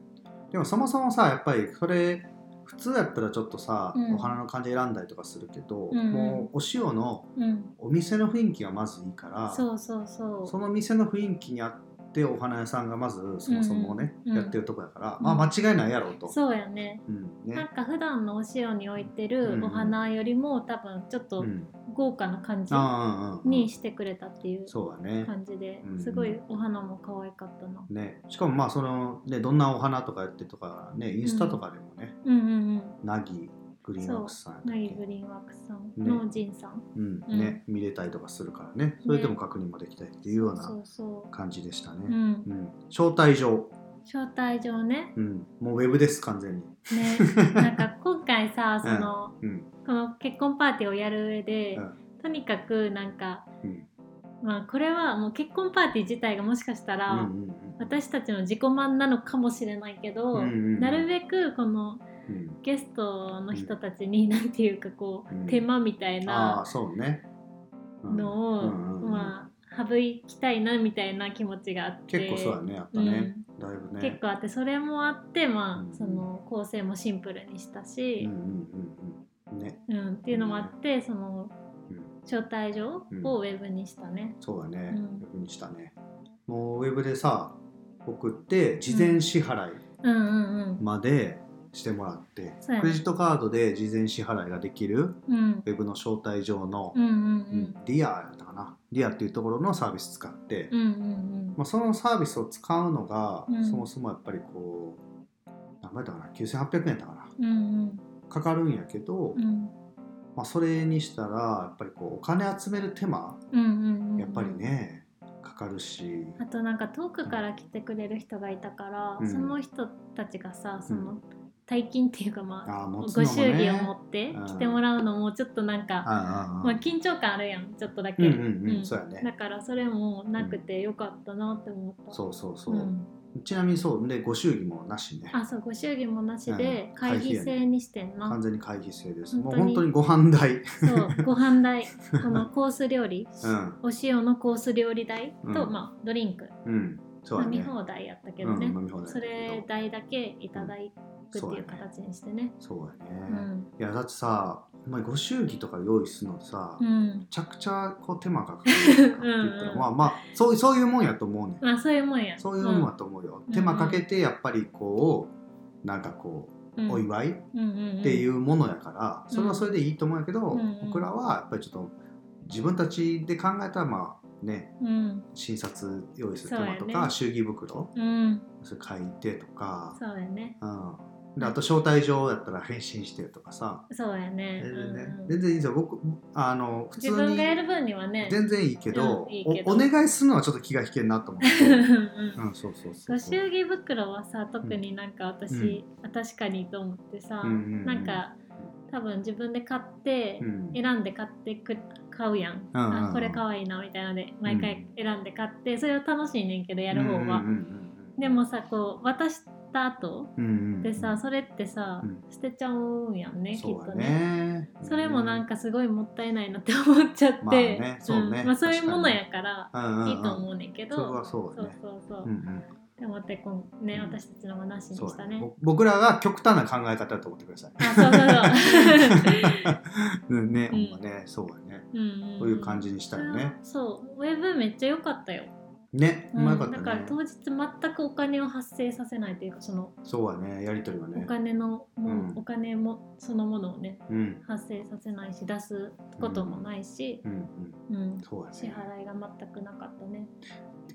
[SPEAKER 2] でもそもそもさやっぱりそれ普通やったらちょっとさ、
[SPEAKER 1] うん
[SPEAKER 2] お花の感じ選んだりとかするけど、
[SPEAKER 1] うんうん
[SPEAKER 2] もうお塩の
[SPEAKER 1] うん、
[SPEAKER 2] お店の雰囲気がまずいいから
[SPEAKER 1] そうそうそう
[SPEAKER 2] その店の雰囲気に合ってお花屋さんがまずそもそもね、
[SPEAKER 1] うんうん
[SPEAKER 2] やってるとこやから、
[SPEAKER 1] うん
[SPEAKER 2] まあ間違いないやろうと、
[SPEAKER 1] そうやね
[SPEAKER 2] うん
[SPEAKER 1] な
[SPEAKER 2] ね
[SPEAKER 1] んか普段のお塩に置いて
[SPEAKER 2] うん
[SPEAKER 1] る
[SPEAKER 2] うん
[SPEAKER 1] お花よりも多分ちょっ
[SPEAKER 2] う
[SPEAKER 1] と
[SPEAKER 2] ん、
[SPEAKER 1] 豪華な感じ
[SPEAKER 2] ああ、うんうんうん
[SPEAKER 1] に、してくれたっていう
[SPEAKER 2] そうだね
[SPEAKER 1] 感じで
[SPEAKER 2] うんうん
[SPEAKER 1] すごいお花も可愛かったな
[SPEAKER 2] ねしかもまあその、ね、どんなお花とかやってとかねインスタとかでもね、
[SPEAKER 1] うんうん
[SPEAKER 2] ナギグリーンワックスさんやっ
[SPEAKER 1] うん
[SPEAKER 2] た
[SPEAKER 1] ナ
[SPEAKER 2] っけ
[SPEAKER 1] イグリーンワークさん、
[SPEAKER 2] ね
[SPEAKER 1] ノージンさん
[SPEAKER 2] うんね見れたりとかするからねそれでも確認もできたりっていうよう
[SPEAKER 1] そ
[SPEAKER 2] な
[SPEAKER 1] うそ
[SPEAKER 2] 感じでした
[SPEAKER 1] う、う
[SPEAKER 2] ね、
[SPEAKER 1] ん、
[SPEAKER 2] うん招待状、
[SPEAKER 1] 招待状ね
[SPEAKER 2] うん、もうウェブです完全に、
[SPEAKER 1] ね なんか今回さその、
[SPEAKER 2] うん
[SPEAKER 1] この結婚パーティーをやる上で、
[SPEAKER 2] うん
[SPEAKER 1] とにかくなんか、
[SPEAKER 2] うん
[SPEAKER 1] まあ、これはもう結婚パーティー自体がもしかしたら、
[SPEAKER 2] うんうん
[SPEAKER 1] 私たちの自己満なのかもしれないけど、
[SPEAKER 2] うんうんうん
[SPEAKER 1] なるべくこの
[SPEAKER 2] うんうん
[SPEAKER 1] ゲストの人たちに、なんていうかこう、
[SPEAKER 2] うん
[SPEAKER 1] 手間みたい
[SPEAKER 2] ああ
[SPEAKER 1] な
[SPEAKER 2] そうね、うん
[SPEAKER 1] のを、
[SPEAKER 2] うんうんうん
[SPEAKER 1] まあ、省きたいなみたいな気持ちがあって
[SPEAKER 2] 結構そうだねやっぱ
[SPEAKER 1] うん
[SPEAKER 2] ね、だいぶね
[SPEAKER 1] 結構あってそれもあって、まあ
[SPEAKER 2] うん
[SPEAKER 1] その構成もシンプルにした
[SPEAKER 2] うん
[SPEAKER 1] し
[SPEAKER 2] う、んうんうんね
[SPEAKER 1] うんっていうのもあって、その
[SPEAKER 2] うん
[SPEAKER 1] 招待状
[SPEAKER 2] うん
[SPEAKER 1] をウェブにしたね。
[SPEAKER 2] そうだね、
[SPEAKER 1] うん
[SPEAKER 2] ウェブにしたねもうウェブでさ送って事前支払い
[SPEAKER 1] うんうん
[SPEAKER 2] までしてもらって、
[SPEAKER 1] そうやね
[SPEAKER 2] クレジットカードで事前支払いができる
[SPEAKER 1] うん。うん
[SPEAKER 2] ウェブの招待状の、
[SPEAKER 1] うんうん
[SPEAKER 2] うんディアだったかなディアっていうところのサービス使って、
[SPEAKER 1] うん。うんうん
[SPEAKER 2] まあ、そのサービスを使うのが、
[SPEAKER 1] うん
[SPEAKER 2] そもそもやっぱりこう何倍だったかな9800円だったかな
[SPEAKER 1] うん。うん
[SPEAKER 2] かかるんやけど、
[SPEAKER 1] うん。うん
[SPEAKER 2] まあ、それにしたらやっぱりこうお金集める手間
[SPEAKER 1] うんうん。
[SPEAKER 2] やっぱり。ねかかるし、
[SPEAKER 1] あとなんか遠くから来てくれる人がいたから、
[SPEAKER 2] うん
[SPEAKER 1] その人たちがさ、そうの大金っていうかまあ、
[SPEAKER 2] ああ持つ
[SPEAKER 1] ご
[SPEAKER 2] のも
[SPEAKER 1] 祝儀
[SPEAKER 2] ね
[SPEAKER 1] を持って
[SPEAKER 2] うん
[SPEAKER 1] 来てもらうのもちょっとなんか、
[SPEAKER 2] ああああ
[SPEAKER 1] まあ緊張感あるやん、ちょっとだけ。
[SPEAKER 2] うんうんうんそうやね
[SPEAKER 1] だからそれもなくてよかったなって思った。
[SPEAKER 2] そうそうそう、
[SPEAKER 1] うん
[SPEAKER 2] ちなみにそうでご祝儀もなしね
[SPEAKER 1] あ、そう、ご祝儀もなしで
[SPEAKER 2] うん
[SPEAKER 1] 会費制にしてんな。
[SPEAKER 2] 完全に会費制ですも
[SPEAKER 1] 本
[SPEAKER 2] う
[SPEAKER 1] 当に
[SPEAKER 2] 本当にご飯代
[SPEAKER 1] そうご飯代このコース料理、
[SPEAKER 2] うん
[SPEAKER 1] お塩のコース料理代と、
[SPEAKER 2] うん
[SPEAKER 1] まあ、ドリンク、
[SPEAKER 2] うんそうだ
[SPEAKER 1] 飲み
[SPEAKER 2] ね
[SPEAKER 1] 放題やったけどね、
[SPEAKER 2] うん飲み放題
[SPEAKER 1] それ代だけいただくって
[SPEAKER 2] そ
[SPEAKER 1] い
[SPEAKER 2] う
[SPEAKER 1] う
[SPEAKER 2] やね
[SPEAKER 1] 形にしてね
[SPEAKER 2] そうだね、
[SPEAKER 1] うん
[SPEAKER 2] いやだってさお前ご祝儀とか用意するのさ、
[SPEAKER 1] う
[SPEAKER 2] め
[SPEAKER 1] ん
[SPEAKER 2] ちゃくちゃこう手間がかかるとかって言っ た
[SPEAKER 1] うん
[SPEAKER 2] ら
[SPEAKER 1] うん
[SPEAKER 2] まあまあそうそういうもんやと思うねん
[SPEAKER 1] まあそういうもんや
[SPEAKER 2] そういうもんやと思うよ、
[SPEAKER 1] うん
[SPEAKER 2] 手間かけてやっぱりこうなんかこ
[SPEAKER 1] う
[SPEAKER 2] う、
[SPEAKER 1] ん
[SPEAKER 2] お祝いっ
[SPEAKER 1] うんうんうん
[SPEAKER 2] ていううものやか
[SPEAKER 1] ん
[SPEAKER 2] ら、それはそれでいいと思うんやけど、
[SPEAKER 1] んうん
[SPEAKER 2] 僕らはやっぱりちょっと自分たちで考えたらまあね
[SPEAKER 1] ん
[SPEAKER 2] 診察用意する手間と
[SPEAKER 1] そうや
[SPEAKER 2] か、
[SPEAKER 1] ね
[SPEAKER 2] 祝儀袋
[SPEAKER 1] うん
[SPEAKER 2] それ書いてとか
[SPEAKER 1] そうやね
[SPEAKER 2] うん、であと招待状やったら返信してとかさ
[SPEAKER 1] そうやね
[SPEAKER 2] 全然ね
[SPEAKER 1] うんうん
[SPEAKER 2] 全然いいですよ僕あの普通
[SPEAKER 1] 自分
[SPEAKER 2] に
[SPEAKER 1] がやる分にはね
[SPEAKER 2] 全然いいけど,、
[SPEAKER 1] うんいいけど
[SPEAKER 2] おお願いするのはちょっと気が引けん なと思っ
[SPEAKER 1] う
[SPEAKER 2] て、
[SPEAKER 1] ん
[SPEAKER 2] うん、そうそうそう
[SPEAKER 1] ご
[SPEAKER 2] そう
[SPEAKER 1] 祝儀袋はさ特になんか私、あ確かにと思ってさ、
[SPEAKER 2] うんうんうん
[SPEAKER 1] なんか多分自分で買って、
[SPEAKER 2] うん
[SPEAKER 1] 選んで買ってく買うやん、
[SPEAKER 2] うんうんうん
[SPEAKER 1] あこれかわいいなみたいなので毎回選んで買ってそれを楽しいねんけどやる方は、
[SPEAKER 2] うんうんうんうん
[SPEAKER 1] でもさこう渡した後
[SPEAKER 2] うんうんうん
[SPEAKER 1] でさそれってさ、
[SPEAKER 2] うん
[SPEAKER 1] 捨てちゃうんやんねきっ
[SPEAKER 2] そう
[SPEAKER 1] と
[SPEAKER 2] だ
[SPEAKER 1] ね
[SPEAKER 2] ね
[SPEAKER 1] それもなん
[SPEAKER 2] か、
[SPEAKER 1] かすごいもったいないなって思っちゃって、
[SPEAKER 2] まあねそうね
[SPEAKER 1] んまあ、そうい
[SPEAKER 2] 確
[SPEAKER 1] う
[SPEAKER 2] かに
[SPEAKER 1] ものやから
[SPEAKER 2] うんうんうん、
[SPEAKER 1] いいと思うねんけど、
[SPEAKER 2] それはそう
[SPEAKER 1] そ
[SPEAKER 2] だ
[SPEAKER 1] う
[SPEAKER 2] ね
[SPEAKER 1] そうそう、
[SPEAKER 2] うんうん
[SPEAKER 1] って思ってこう、ね、
[SPEAKER 2] うん
[SPEAKER 1] 私たちのもなしに
[SPEAKER 2] そう
[SPEAKER 1] したね。
[SPEAKER 2] ぼ僕らが極端な考え方だと思ってください。
[SPEAKER 1] あそうそう そう。
[SPEAKER 2] うんね、
[SPEAKER 1] う
[SPEAKER 2] ほ
[SPEAKER 1] ん
[SPEAKER 2] んまね、そうだね。
[SPEAKER 1] うんん
[SPEAKER 2] こういう感じにしたよね。
[SPEAKER 1] そうウェブめっちゃ良かったよ、
[SPEAKER 2] ね、
[SPEAKER 1] う
[SPEAKER 2] う
[SPEAKER 1] ん
[SPEAKER 2] まかっ
[SPEAKER 1] だ
[SPEAKER 2] た
[SPEAKER 1] から
[SPEAKER 2] ね。
[SPEAKER 1] 当日全くお金を発生させないというかその
[SPEAKER 2] そうだね、やりとりは
[SPEAKER 1] お
[SPEAKER 2] ね。
[SPEAKER 1] 金のも、
[SPEAKER 2] うん
[SPEAKER 1] お金もそのものをね
[SPEAKER 2] うん、
[SPEAKER 1] 発生させないし出すこともないし、
[SPEAKER 2] うん、うん、
[SPEAKER 1] うん、
[SPEAKER 2] そうだ
[SPEAKER 1] 支
[SPEAKER 2] ね。
[SPEAKER 1] 払いが全くなかったね。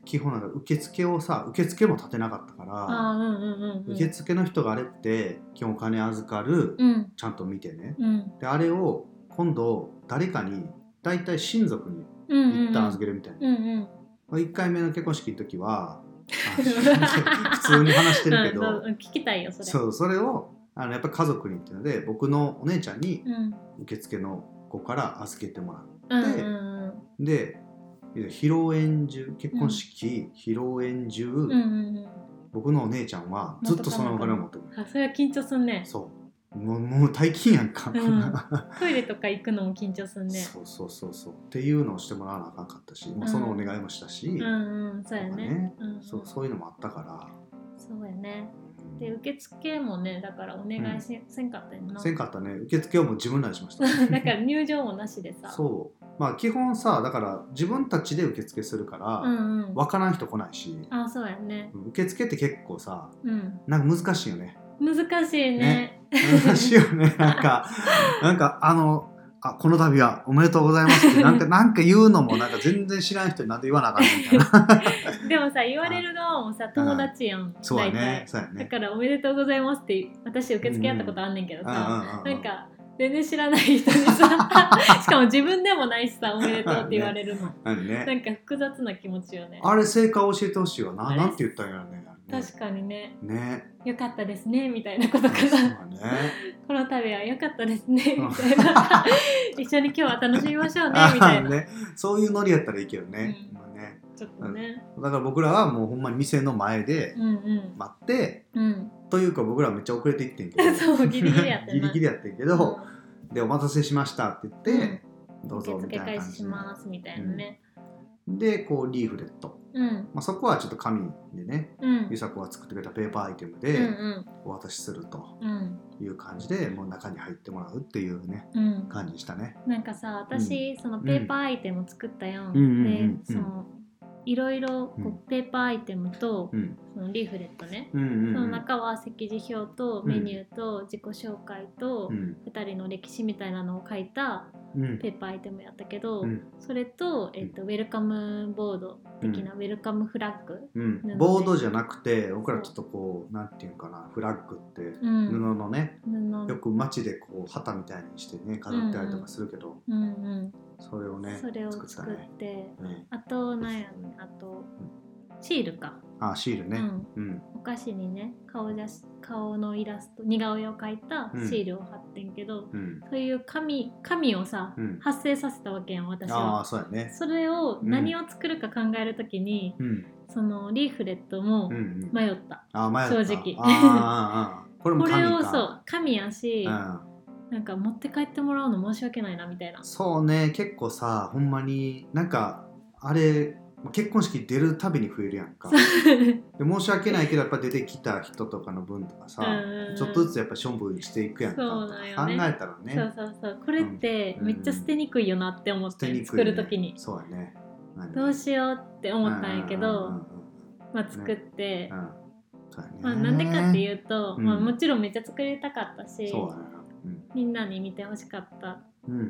[SPEAKER 2] 基本なんか受付をさ、受付も立てなかったから、
[SPEAKER 1] ああー、うんうんうん、うん。
[SPEAKER 2] 受付の人があれって基本お金預かる、
[SPEAKER 1] うん
[SPEAKER 2] ちゃんと見てね。
[SPEAKER 1] うん
[SPEAKER 2] で、あれを今度誰かに、大体親族に
[SPEAKER 1] うんうん。
[SPEAKER 2] 一旦預けるみたいな。
[SPEAKER 1] うんうん。
[SPEAKER 2] まあ1回目の結婚式の時 は、あ普通に話してるけ
[SPEAKER 1] うん
[SPEAKER 2] ど
[SPEAKER 1] う、ん聞きたいよそれ。
[SPEAKER 2] そうそれをあのやっぱり家族にっていうので僕のお姉ちゃんに
[SPEAKER 1] うん。
[SPEAKER 2] 受付の子から預けてもらう
[SPEAKER 1] うんうん
[SPEAKER 2] で披露宴中結婚式、披露宴中、
[SPEAKER 1] うん。うんうんうん。
[SPEAKER 2] 僕のお姉ちゃんはずっとそのお金を持ってくる、
[SPEAKER 1] あそれは緊張すんね。
[SPEAKER 2] そうもうもう大金やんか、
[SPEAKER 1] うん トイレとか行くのも緊張すんね。
[SPEAKER 2] そうそうそうそうっていうのをしてもらわなあかんかったし、まあ、そのお願いもしたし、
[SPEAKER 1] うんうんそうや
[SPEAKER 2] とか
[SPEAKER 1] ね
[SPEAKER 2] ね。
[SPEAKER 1] うんん
[SPEAKER 2] そうそういうのもあったから、
[SPEAKER 1] そうやね。
[SPEAKER 2] うん
[SPEAKER 1] で受付もねだからお願いしせんかったよ な。
[SPEAKER 2] せんかったね受付をもう自分らにしました
[SPEAKER 1] だから入場もなしでさ。う。
[SPEAKER 2] そうまあ基本さだから自分たちで受付するから、
[SPEAKER 1] んうん。
[SPEAKER 2] 分からん人来ないし
[SPEAKER 1] あそうやね。
[SPEAKER 2] 受付って結構さ
[SPEAKER 1] うん。
[SPEAKER 2] なんか難しい よね
[SPEAKER 1] 難しいね。
[SPEAKER 2] 難しいよ ねなんかなんかあのあこの度はおめでとうございますっ てなんかなんか言うのもなんか全然知らん人になんで言わなあかんのみた いな
[SPEAKER 1] でもさ言われる側もさ友達やん。
[SPEAKER 2] そうやね
[SPEAKER 1] 大体。
[SPEAKER 2] そうや
[SPEAKER 1] だ
[SPEAKER 2] ね
[SPEAKER 1] から「おめでとうございます」って私受付やったことあんねんけど
[SPEAKER 2] うんう
[SPEAKER 1] さ、
[SPEAKER 2] んうんう
[SPEAKER 1] なん
[SPEAKER 2] ん
[SPEAKER 1] か全然知らない人に さしかも自分でもないしさ「おめでとう」って言われるの、
[SPEAKER 2] ある
[SPEAKER 1] な
[SPEAKER 2] ね
[SPEAKER 1] んか複雑な気持ちよね
[SPEAKER 2] あれ正解教えてほしいわな
[SPEAKER 1] あれ
[SPEAKER 2] なんて言ったんやろねあれね
[SPEAKER 1] 確かにね
[SPEAKER 2] ね
[SPEAKER 1] 「よかったですね」みたいなこと
[SPEAKER 2] そ
[SPEAKER 1] か
[SPEAKER 2] う
[SPEAKER 1] ら
[SPEAKER 2] だね
[SPEAKER 1] 「この度はよかったですね」
[SPEAKER 2] うん
[SPEAKER 1] みたいな 「一緒に今日は楽しみましょうね」みたいな
[SPEAKER 2] ねそういうノリやったらいいけどね,
[SPEAKER 1] うん
[SPEAKER 2] まあね
[SPEAKER 1] ちょっとね
[SPEAKER 2] だから僕らはもうほんまに店の前で
[SPEAKER 1] うんうん
[SPEAKER 2] 待って、
[SPEAKER 1] うん
[SPEAKER 2] というか僕らめっちゃ遅れていってんけど
[SPEAKER 1] そうギリギリやったな
[SPEAKER 2] ギリギリやってんけど、でお待たせしましたって言って、
[SPEAKER 1] う
[SPEAKER 2] ど
[SPEAKER 1] ん
[SPEAKER 2] う
[SPEAKER 1] 受
[SPEAKER 2] ぞみ
[SPEAKER 1] 付
[SPEAKER 2] たい
[SPEAKER 1] 開
[SPEAKER 2] な感
[SPEAKER 1] 始
[SPEAKER 2] じ
[SPEAKER 1] し
[SPEAKER 2] で
[SPEAKER 1] ますみたいなね
[SPEAKER 2] でこうリーフレット、
[SPEAKER 1] うん
[SPEAKER 2] まあ、そこはちょっと紙でね
[SPEAKER 1] うん
[SPEAKER 2] ゆさこが作ってくれたペーパーアイテム
[SPEAKER 1] うん
[SPEAKER 2] で
[SPEAKER 1] うん
[SPEAKER 2] お渡しすると
[SPEAKER 1] うん
[SPEAKER 2] いう感じで、もう中に入ってもらうっていうね
[SPEAKER 1] うん
[SPEAKER 2] 感じでしたね
[SPEAKER 1] なんかさ私、そのペーパーアイテム作ったやん、
[SPEAKER 2] うんうんうんうん
[SPEAKER 1] でそのいろいろこう、
[SPEAKER 2] うん
[SPEAKER 1] ペーパーアイテムと、
[SPEAKER 2] うん
[SPEAKER 1] そのリーフレットね、
[SPEAKER 2] うんうん
[SPEAKER 1] その
[SPEAKER 2] うん
[SPEAKER 1] 中は席次表とメニューと自己紹介と、
[SPEAKER 2] うん
[SPEAKER 1] 二人の歴史みたいなのを書いた
[SPEAKER 2] うん
[SPEAKER 1] ペーパーアイテムやったけど、
[SPEAKER 2] うん
[SPEAKER 1] それと,、えっとウェルカムボード的なウェルカムフラッグ、
[SPEAKER 2] うん、ボードじゃなくて僕らちょっとこうなんていうかなフラッグって
[SPEAKER 1] うん、
[SPEAKER 2] 布のね、
[SPEAKER 1] 布
[SPEAKER 2] よく街でこう旗みたいにしてね飾ってありとかするけど、
[SPEAKER 1] うんうん
[SPEAKER 2] それをね
[SPEAKER 1] それを
[SPEAKER 2] 作った
[SPEAKER 1] 作っ
[SPEAKER 2] ね、
[SPEAKER 1] て、
[SPEAKER 2] うん
[SPEAKER 1] あとなんやろねあとシールか、
[SPEAKER 2] あシール
[SPEAKER 1] う
[SPEAKER 2] ね
[SPEAKER 1] ん、
[SPEAKER 2] うん
[SPEAKER 1] お菓子にね顔じゃし顔のイラスト似顔絵を描いたシールを貼ってんけど、
[SPEAKER 2] うん
[SPEAKER 1] そういう紙紙をさ、
[SPEAKER 2] うん
[SPEAKER 1] 発生させたわけやん私
[SPEAKER 2] ああ
[SPEAKER 1] は。
[SPEAKER 2] そうやね
[SPEAKER 1] それを何を作るか考えるときに、
[SPEAKER 2] うん
[SPEAKER 1] そのリーフレットも
[SPEAKER 2] うんうん
[SPEAKER 1] 迷った、
[SPEAKER 2] あ迷った
[SPEAKER 1] 正直
[SPEAKER 2] あ ーあーあーこれも
[SPEAKER 1] こ
[SPEAKER 2] 神
[SPEAKER 1] れ
[SPEAKER 2] か
[SPEAKER 1] をそう紙やし、
[SPEAKER 2] うん、
[SPEAKER 1] なんか持って帰ってもらうの申し訳ないなみたいな
[SPEAKER 2] そうね結構さほんまになんかあれ結婚式出るたびに増えるやん かで申し訳ないけどやっぱ出てきた人とかの分とかさ
[SPEAKER 1] うん
[SPEAKER 2] ちょっとずつやっぱしょんぶんしていくやんか
[SPEAKER 1] そうなんよね
[SPEAKER 2] 考えたらね
[SPEAKER 1] そうそうそうこれって
[SPEAKER 2] うん
[SPEAKER 1] めっちゃ捨てにくいよなって思っ
[SPEAKER 2] 捨
[SPEAKER 1] て、
[SPEAKER 2] てにくいね
[SPEAKER 1] 作るときに
[SPEAKER 2] そうやね何
[SPEAKER 1] どうしようって思ったんやけど、
[SPEAKER 2] うんうんうん
[SPEAKER 1] まあ、作って、
[SPEAKER 2] うんうんそうやね
[SPEAKER 1] まあ、なんでかっていうと、
[SPEAKER 2] うん
[SPEAKER 1] まあ、もちろんめっちゃ作りたかったし、
[SPEAKER 2] そうだね
[SPEAKER 1] みんなに見てほしかった
[SPEAKER 2] うんうん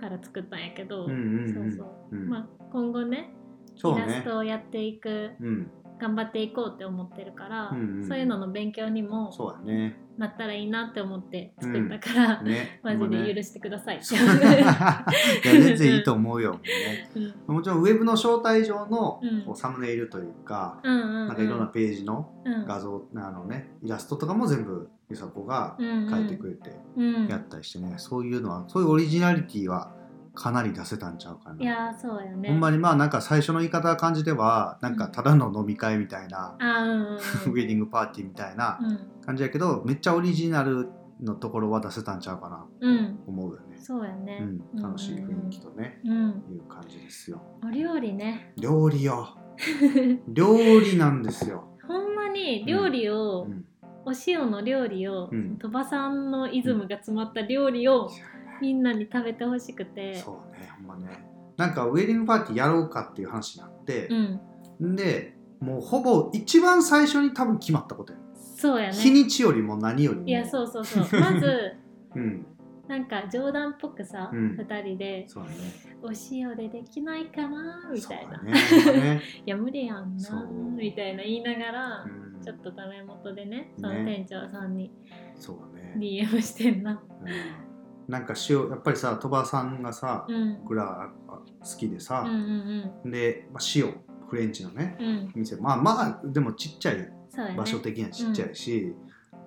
[SPEAKER 1] から作ったんやけど、
[SPEAKER 2] うんうんうん
[SPEAKER 1] そう
[SPEAKER 2] う
[SPEAKER 1] そう、
[SPEAKER 2] ん
[SPEAKER 1] まあ、今後ね
[SPEAKER 2] そう
[SPEAKER 1] イ
[SPEAKER 2] ね
[SPEAKER 1] ラストをやっていく
[SPEAKER 2] うん
[SPEAKER 1] 頑張っていこうって思ってるから、
[SPEAKER 2] うんうん
[SPEAKER 1] そういうのの勉強にも
[SPEAKER 2] そうだね
[SPEAKER 1] なったらいいなって思って作ったから、
[SPEAKER 2] ね
[SPEAKER 1] マジで許
[SPEAKER 2] し
[SPEAKER 1] してくだ さいって
[SPEAKER 2] いや全然いいと思うよ、ね、
[SPEAKER 1] うん
[SPEAKER 2] もちろんウェブの招待状の
[SPEAKER 1] うん
[SPEAKER 2] こうサムネイルというか、
[SPEAKER 1] うんうんうん
[SPEAKER 2] なんかいろんなページの
[SPEAKER 1] うん
[SPEAKER 2] 画像、あのねイラストとかも全部ゆさこが描いてくれて
[SPEAKER 1] うん
[SPEAKER 2] やったりしてね、そういうのはそういうオリジナリティはかなり出せたんちゃうか
[SPEAKER 1] い
[SPEAKER 2] な。
[SPEAKER 1] やーそうやね
[SPEAKER 2] ほんまにまあなんか最初の言い方感じではなんかただの飲み会みたいな、
[SPEAKER 1] あーうんう ん
[SPEAKER 2] ウェディングパーティーみたいな
[SPEAKER 1] うん
[SPEAKER 2] 感じやけどめっちゃオリジナルのところは出せたんちゃうかな
[SPEAKER 1] うん、うん、
[SPEAKER 2] 思うよね、
[SPEAKER 1] そうやね、
[SPEAKER 2] うん、楽しい雰囲気とね、
[SPEAKER 1] うん、
[SPEAKER 2] いう感じですよ
[SPEAKER 1] お料理ね
[SPEAKER 2] 料理よ料理なんですよ
[SPEAKER 1] ほんに料理を、
[SPEAKER 2] うん
[SPEAKER 1] お塩の料理を、
[SPEAKER 2] うん
[SPEAKER 1] 鳥羽さんのイズムが詰まった料理をみんなに食べてほしくて
[SPEAKER 2] そうねほんまねなんかウェディングパーティーやろうかっていう話になって
[SPEAKER 1] う、ん
[SPEAKER 2] でもうほぼ一番最初に多分決まったことや、
[SPEAKER 1] そうやね
[SPEAKER 2] 日にちよりも何よりも
[SPEAKER 1] いやそうそうそう まず
[SPEAKER 2] うん
[SPEAKER 1] なんか冗談っぽくさ、
[SPEAKER 2] う
[SPEAKER 1] 二
[SPEAKER 2] ん
[SPEAKER 1] 2人で
[SPEAKER 2] そうだね
[SPEAKER 1] 「お塩でできないかな」みたいな「
[SPEAKER 2] そうだねほん まね、
[SPEAKER 1] いや無理やん
[SPEAKER 2] そ
[SPEAKER 1] な」
[SPEAKER 2] う
[SPEAKER 1] みたいな言いながら、
[SPEAKER 2] うん
[SPEAKER 1] ちょっとダメ元でねその
[SPEAKER 2] ね
[SPEAKER 1] 店長さんに
[SPEAKER 2] そうだね、
[SPEAKER 1] DM してんな、
[SPEAKER 2] うん、なんか塩やっぱりさ鳥羽さんがさ、
[SPEAKER 1] うん、
[SPEAKER 2] 僕らあ好きで
[SPEAKER 1] うんう
[SPEAKER 2] さ、
[SPEAKER 1] ん
[SPEAKER 2] で、まあ、塩フレンチのね
[SPEAKER 1] うんうん
[SPEAKER 2] 店まあまあでもちっちゃい
[SPEAKER 1] そうやね
[SPEAKER 2] 場所的にはちっちゃいし、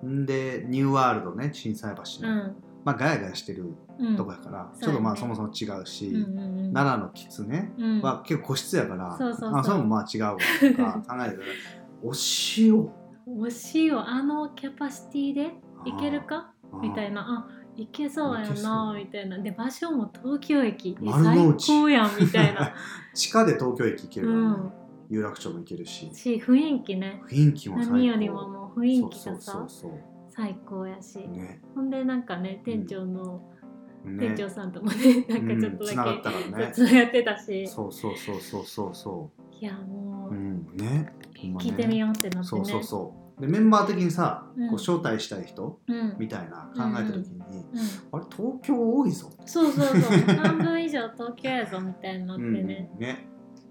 [SPEAKER 2] ん、でニューワールドね心斎橋
[SPEAKER 1] う
[SPEAKER 2] の、
[SPEAKER 1] ん
[SPEAKER 2] まあガヤガヤしてる
[SPEAKER 1] うん
[SPEAKER 2] とこやから、
[SPEAKER 1] ん
[SPEAKER 2] ちょっとまあ
[SPEAKER 1] そ
[SPEAKER 2] そ
[SPEAKER 1] う
[SPEAKER 2] も
[SPEAKER 1] やね
[SPEAKER 2] そも違うし、
[SPEAKER 1] うんうんうん
[SPEAKER 2] 奈良のキツネ
[SPEAKER 1] うん
[SPEAKER 2] は結構個室やから、
[SPEAKER 1] そうそうそう
[SPEAKER 2] あそれもまあ違うわとか考えてたらお塩
[SPEAKER 1] お塩あのキャパシティでいけるか
[SPEAKER 2] あ ー
[SPEAKER 1] みたいなあいけそうや
[SPEAKER 2] いけそ
[SPEAKER 1] な
[SPEAKER 2] う
[SPEAKER 1] みたいなで場所も東京駅で
[SPEAKER 2] 丸
[SPEAKER 1] 最
[SPEAKER 2] の内
[SPEAKER 1] 高やんみたい な
[SPEAKER 2] 地下で東京駅行ける
[SPEAKER 1] う
[SPEAKER 2] よね、
[SPEAKER 1] ん
[SPEAKER 2] 有楽町も行けるし
[SPEAKER 1] し雰囲気ね
[SPEAKER 2] 雰囲気も最高
[SPEAKER 1] 何よりももう雰囲気
[SPEAKER 2] そう
[SPEAKER 1] が
[SPEAKER 2] そう
[SPEAKER 1] さ
[SPEAKER 2] そう
[SPEAKER 1] 最高やし
[SPEAKER 2] そうね
[SPEAKER 1] ほんでなんかね店長の
[SPEAKER 2] ね
[SPEAKER 1] 店長さんともね
[SPEAKER 2] う
[SPEAKER 1] なんかちょっと
[SPEAKER 2] ん、繋が
[SPEAKER 1] だ
[SPEAKER 2] ったから
[SPEAKER 1] け
[SPEAKER 2] ね
[SPEAKER 1] つながってたし
[SPEAKER 2] そうそうそうそうそうそ
[SPEAKER 1] いやも
[SPEAKER 2] う
[SPEAKER 1] う
[SPEAKER 2] う
[SPEAKER 1] ん
[SPEAKER 2] ねほんまね
[SPEAKER 1] 聞いてみようってなって
[SPEAKER 2] そうそう
[SPEAKER 1] ね
[SPEAKER 2] そうでメンバー的にさ、
[SPEAKER 1] うん
[SPEAKER 2] こう招待したい人
[SPEAKER 1] うん
[SPEAKER 2] みたいな考えた時に、
[SPEAKER 1] うん
[SPEAKER 2] あれ東京多いぞ
[SPEAKER 1] そうそうそう 半分以上東京やぞみたいになってね
[SPEAKER 2] うん、ね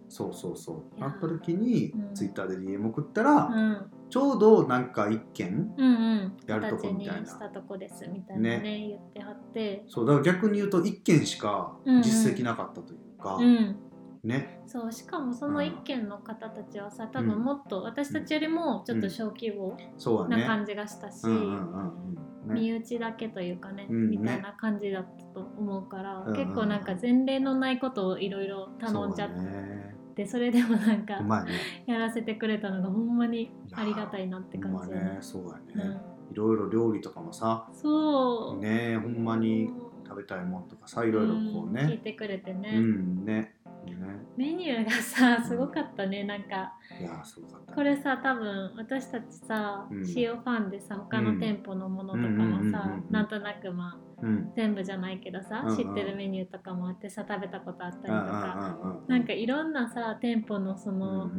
[SPEAKER 2] そうそうそう
[SPEAKER 1] いや
[SPEAKER 2] なった時に、
[SPEAKER 1] うん
[SPEAKER 2] ツイッターで DM 送ったら、
[SPEAKER 1] うん
[SPEAKER 2] ちょうどなんか一件
[SPEAKER 1] うんうん、
[SPEAKER 2] やるとこみた
[SPEAKER 1] 形
[SPEAKER 2] いな
[SPEAKER 1] にしたとこですみたいなね言ってはって、
[SPEAKER 2] そうだから逆に言うと一件しか
[SPEAKER 1] うんうん
[SPEAKER 2] 実績なかったというか、
[SPEAKER 1] うん、
[SPEAKER 2] ね
[SPEAKER 1] そうしかもその一軒の方たちはさ多
[SPEAKER 2] うん
[SPEAKER 1] 分もっと私たちよりもちょっと小規模
[SPEAKER 2] そうだ
[SPEAKER 1] な
[SPEAKER 2] ね
[SPEAKER 1] 感じがしたし、
[SPEAKER 2] うんうんうんうんね
[SPEAKER 1] 身内だけというかね、
[SPEAKER 2] うんね
[SPEAKER 1] みたいな感じだったと思うから、
[SPEAKER 2] うんうん
[SPEAKER 1] 結構なんか前例のないことをいろいろ頼んじゃっ
[SPEAKER 2] そうだね
[SPEAKER 1] てそ,、れでもなん
[SPEAKER 2] う
[SPEAKER 1] か
[SPEAKER 2] まいね
[SPEAKER 1] やらせてくれたのがほんまにありがたいなって
[SPEAKER 2] う
[SPEAKER 1] 感
[SPEAKER 2] まい
[SPEAKER 1] じ、
[SPEAKER 2] ねそうだ
[SPEAKER 1] う
[SPEAKER 2] ね、
[SPEAKER 1] ん、
[SPEAKER 2] いろいろ料理とかもさ
[SPEAKER 1] そう、
[SPEAKER 2] ねほんまに食べたいもんとかさいろいろこう
[SPEAKER 1] うん聞い
[SPEAKER 2] ね
[SPEAKER 1] てくれてね、
[SPEAKER 2] うんねね
[SPEAKER 1] メニューがさすごかったねなんか
[SPEAKER 2] いやーすごかった
[SPEAKER 1] これさ多分私たちさ、
[SPEAKER 2] うん
[SPEAKER 1] 塩ファンでさ他の店舗のものとか
[SPEAKER 2] うんうんうんう
[SPEAKER 1] も
[SPEAKER 2] ん
[SPEAKER 1] さ
[SPEAKER 2] うん
[SPEAKER 1] なんとなくまあ
[SPEAKER 2] うん
[SPEAKER 1] 全部じゃないけどさ、
[SPEAKER 2] うんうん
[SPEAKER 1] 知ってるメニューとかもあってさ食べたことあったりと
[SPEAKER 2] うんうん
[SPEAKER 1] か、
[SPEAKER 2] うんうん
[SPEAKER 1] なんかいろんなさ店舗のそ
[SPEAKER 2] うん
[SPEAKER 1] の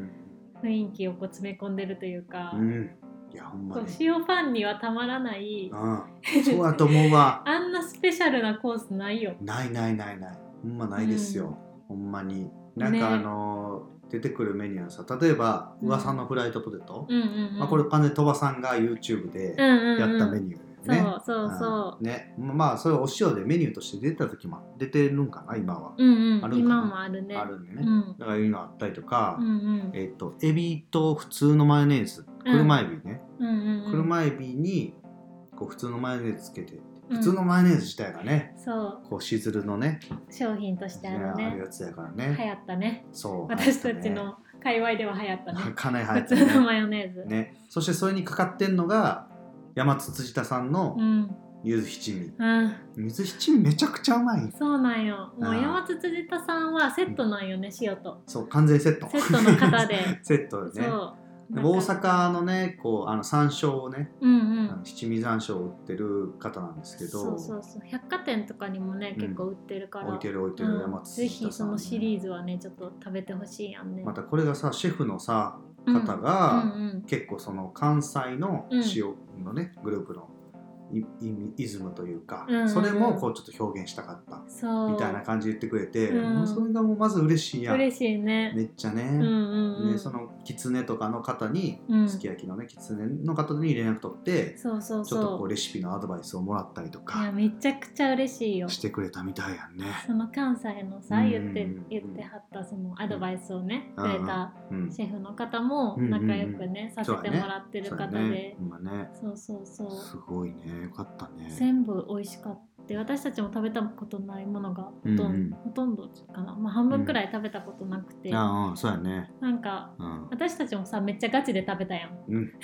[SPEAKER 1] 雰囲気をこう詰め込んでるというか、
[SPEAKER 2] うんうんいやほんま
[SPEAKER 1] こう
[SPEAKER 2] に
[SPEAKER 1] 塩ファンにはたまらない
[SPEAKER 2] うん、そうだと思うわ
[SPEAKER 1] あんなスペシャルなコースないよ。
[SPEAKER 2] ないないないないほんまないですよ、ほんまになん
[SPEAKER 1] ね
[SPEAKER 2] かあのー出てくるメニューはさ例えば
[SPEAKER 1] うん
[SPEAKER 2] 噂のフライドポテト、
[SPEAKER 1] うんうんうん、
[SPEAKER 2] まあ、これ完全に鳥羽さんが YouTube で
[SPEAKER 1] うんうんうん
[SPEAKER 2] やったメニューね、
[SPEAKER 1] そうそうそう
[SPEAKER 2] う、んねまあそれお塩でメニューとして出てた時も出てるんかな今は、
[SPEAKER 1] うん
[SPEAKER 2] あ
[SPEAKER 1] う
[SPEAKER 2] る
[SPEAKER 1] ん、
[SPEAKER 2] んかな
[SPEAKER 1] 今もあるね
[SPEAKER 2] あるんでね、
[SPEAKER 1] うん
[SPEAKER 2] だからいうのあったりとか、
[SPEAKER 1] うんうん
[SPEAKER 2] えっ、とエビと普通のマヨネーズ車エビね、
[SPEAKER 1] うんうんうん
[SPEAKER 2] 車エビにこう普通のマヨネーズつけて
[SPEAKER 1] うん
[SPEAKER 2] 普通のマヨネーズ自体がね、
[SPEAKER 1] そう
[SPEAKER 2] こうしずるのね
[SPEAKER 1] 商品としてあの
[SPEAKER 2] ある
[SPEAKER 1] ね
[SPEAKER 2] やつやから
[SPEAKER 1] 流
[SPEAKER 2] ね
[SPEAKER 1] 行ったね
[SPEAKER 2] そう
[SPEAKER 1] 私たち の界隈では流行ったね
[SPEAKER 2] かなり流行
[SPEAKER 1] 普
[SPEAKER 2] って
[SPEAKER 1] 通の
[SPEAKER 2] るね
[SPEAKER 1] マヨネーズ、
[SPEAKER 2] ねそしてそれにかかってんのが山津辻田さんの
[SPEAKER 1] うん
[SPEAKER 2] 柚子七味、
[SPEAKER 1] うん
[SPEAKER 2] 柚子七味めちゃくちゃうまい
[SPEAKER 1] そうなんよも
[SPEAKER 2] あ
[SPEAKER 1] う
[SPEAKER 2] ー
[SPEAKER 1] 山津辻田さんはセットなんよね塩と
[SPEAKER 2] そう完全セット
[SPEAKER 1] セットの方で
[SPEAKER 2] セットでね
[SPEAKER 1] そう
[SPEAKER 2] でも大
[SPEAKER 1] なんか
[SPEAKER 2] 阪のねこうあの山椒をね、
[SPEAKER 1] うんう
[SPEAKER 2] あ
[SPEAKER 1] ん
[SPEAKER 2] の七味山椒を売ってる方なんですけど
[SPEAKER 1] そうそうそう百貨店とかにもね
[SPEAKER 2] うん
[SPEAKER 1] 結構売ってるから、
[SPEAKER 2] 置いてる置いて
[SPEAKER 1] う
[SPEAKER 2] る
[SPEAKER 1] ん
[SPEAKER 2] 山津
[SPEAKER 1] ぜ
[SPEAKER 2] 辻
[SPEAKER 1] ひ
[SPEAKER 2] 田さ
[SPEAKER 1] そ
[SPEAKER 2] んね、
[SPEAKER 1] のシリーズはねちょっと食べてほしいやんね
[SPEAKER 2] またこれがさシェフのさ方
[SPEAKER 1] うん
[SPEAKER 2] が、
[SPEAKER 1] うん
[SPEAKER 2] 結構その関西の
[SPEAKER 1] うん
[SPEAKER 2] 塩のね、グループのい意味イズムというか、
[SPEAKER 1] うんうんうん
[SPEAKER 2] それもこうちょっと表現したかった
[SPEAKER 1] うんそう
[SPEAKER 2] みたいな感じで言ってくれて、
[SPEAKER 1] うん
[SPEAKER 2] もうそれがもうまず嬉しいやん
[SPEAKER 1] 嬉しいね
[SPEAKER 2] めっちゃね,、
[SPEAKER 1] うんうんうん
[SPEAKER 2] ねそのキツネとかの方に、
[SPEAKER 1] うん
[SPEAKER 2] すき焼きのねキツネの方に連絡取って
[SPEAKER 1] そうそう
[SPEAKER 2] ちょっとこ
[SPEAKER 1] そう
[SPEAKER 2] うレシピのアドバイスをもらったりと
[SPEAKER 1] いや
[SPEAKER 2] か
[SPEAKER 1] めちゃくちゃ嬉しいよ
[SPEAKER 2] してくれたみたいやんね。
[SPEAKER 1] その関西のさ
[SPEAKER 2] うん
[SPEAKER 1] 言って言ってはったそのアドバイスをね
[SPEAKER 2] うん
[SPEAKER 1] くれた
[SPEAKER 2] うん
[SPEAKER 1] シェフの方も
[SPEAKER 2] うん
[SPEAKER 1] 仲良くねさせ
[SPEAKER 2] そう
[SPEAKER 1] て
[SPEAKER 2] やね
[SPEAKER 1] もらってる
[SPEAKER 2] そうや
[SPEAKER 1] 方
[SPEAKER 2] ね
[SPEAKER 1] で
[SPEAKER 2] ほんまね
[SPEAKER 1] そうそうそう
[SPEAKER 2] すごいねよかったね。
[SPEAKER 1] 全部美味しかった私たちも食べたことないものがほとん
[SPEAKER 2] うんうん
[SPEAKER 1] どほとんどかなまあ半分くらい食べたことなくてな
[SPEAKER 2] ああそうやね。
[SPEAKER 1] んか
[SPEAKER 2] うん
[SPEAKER 1] 私たちもさめっちゃガチで食べたやん
[SPEAKER 2] うん、だか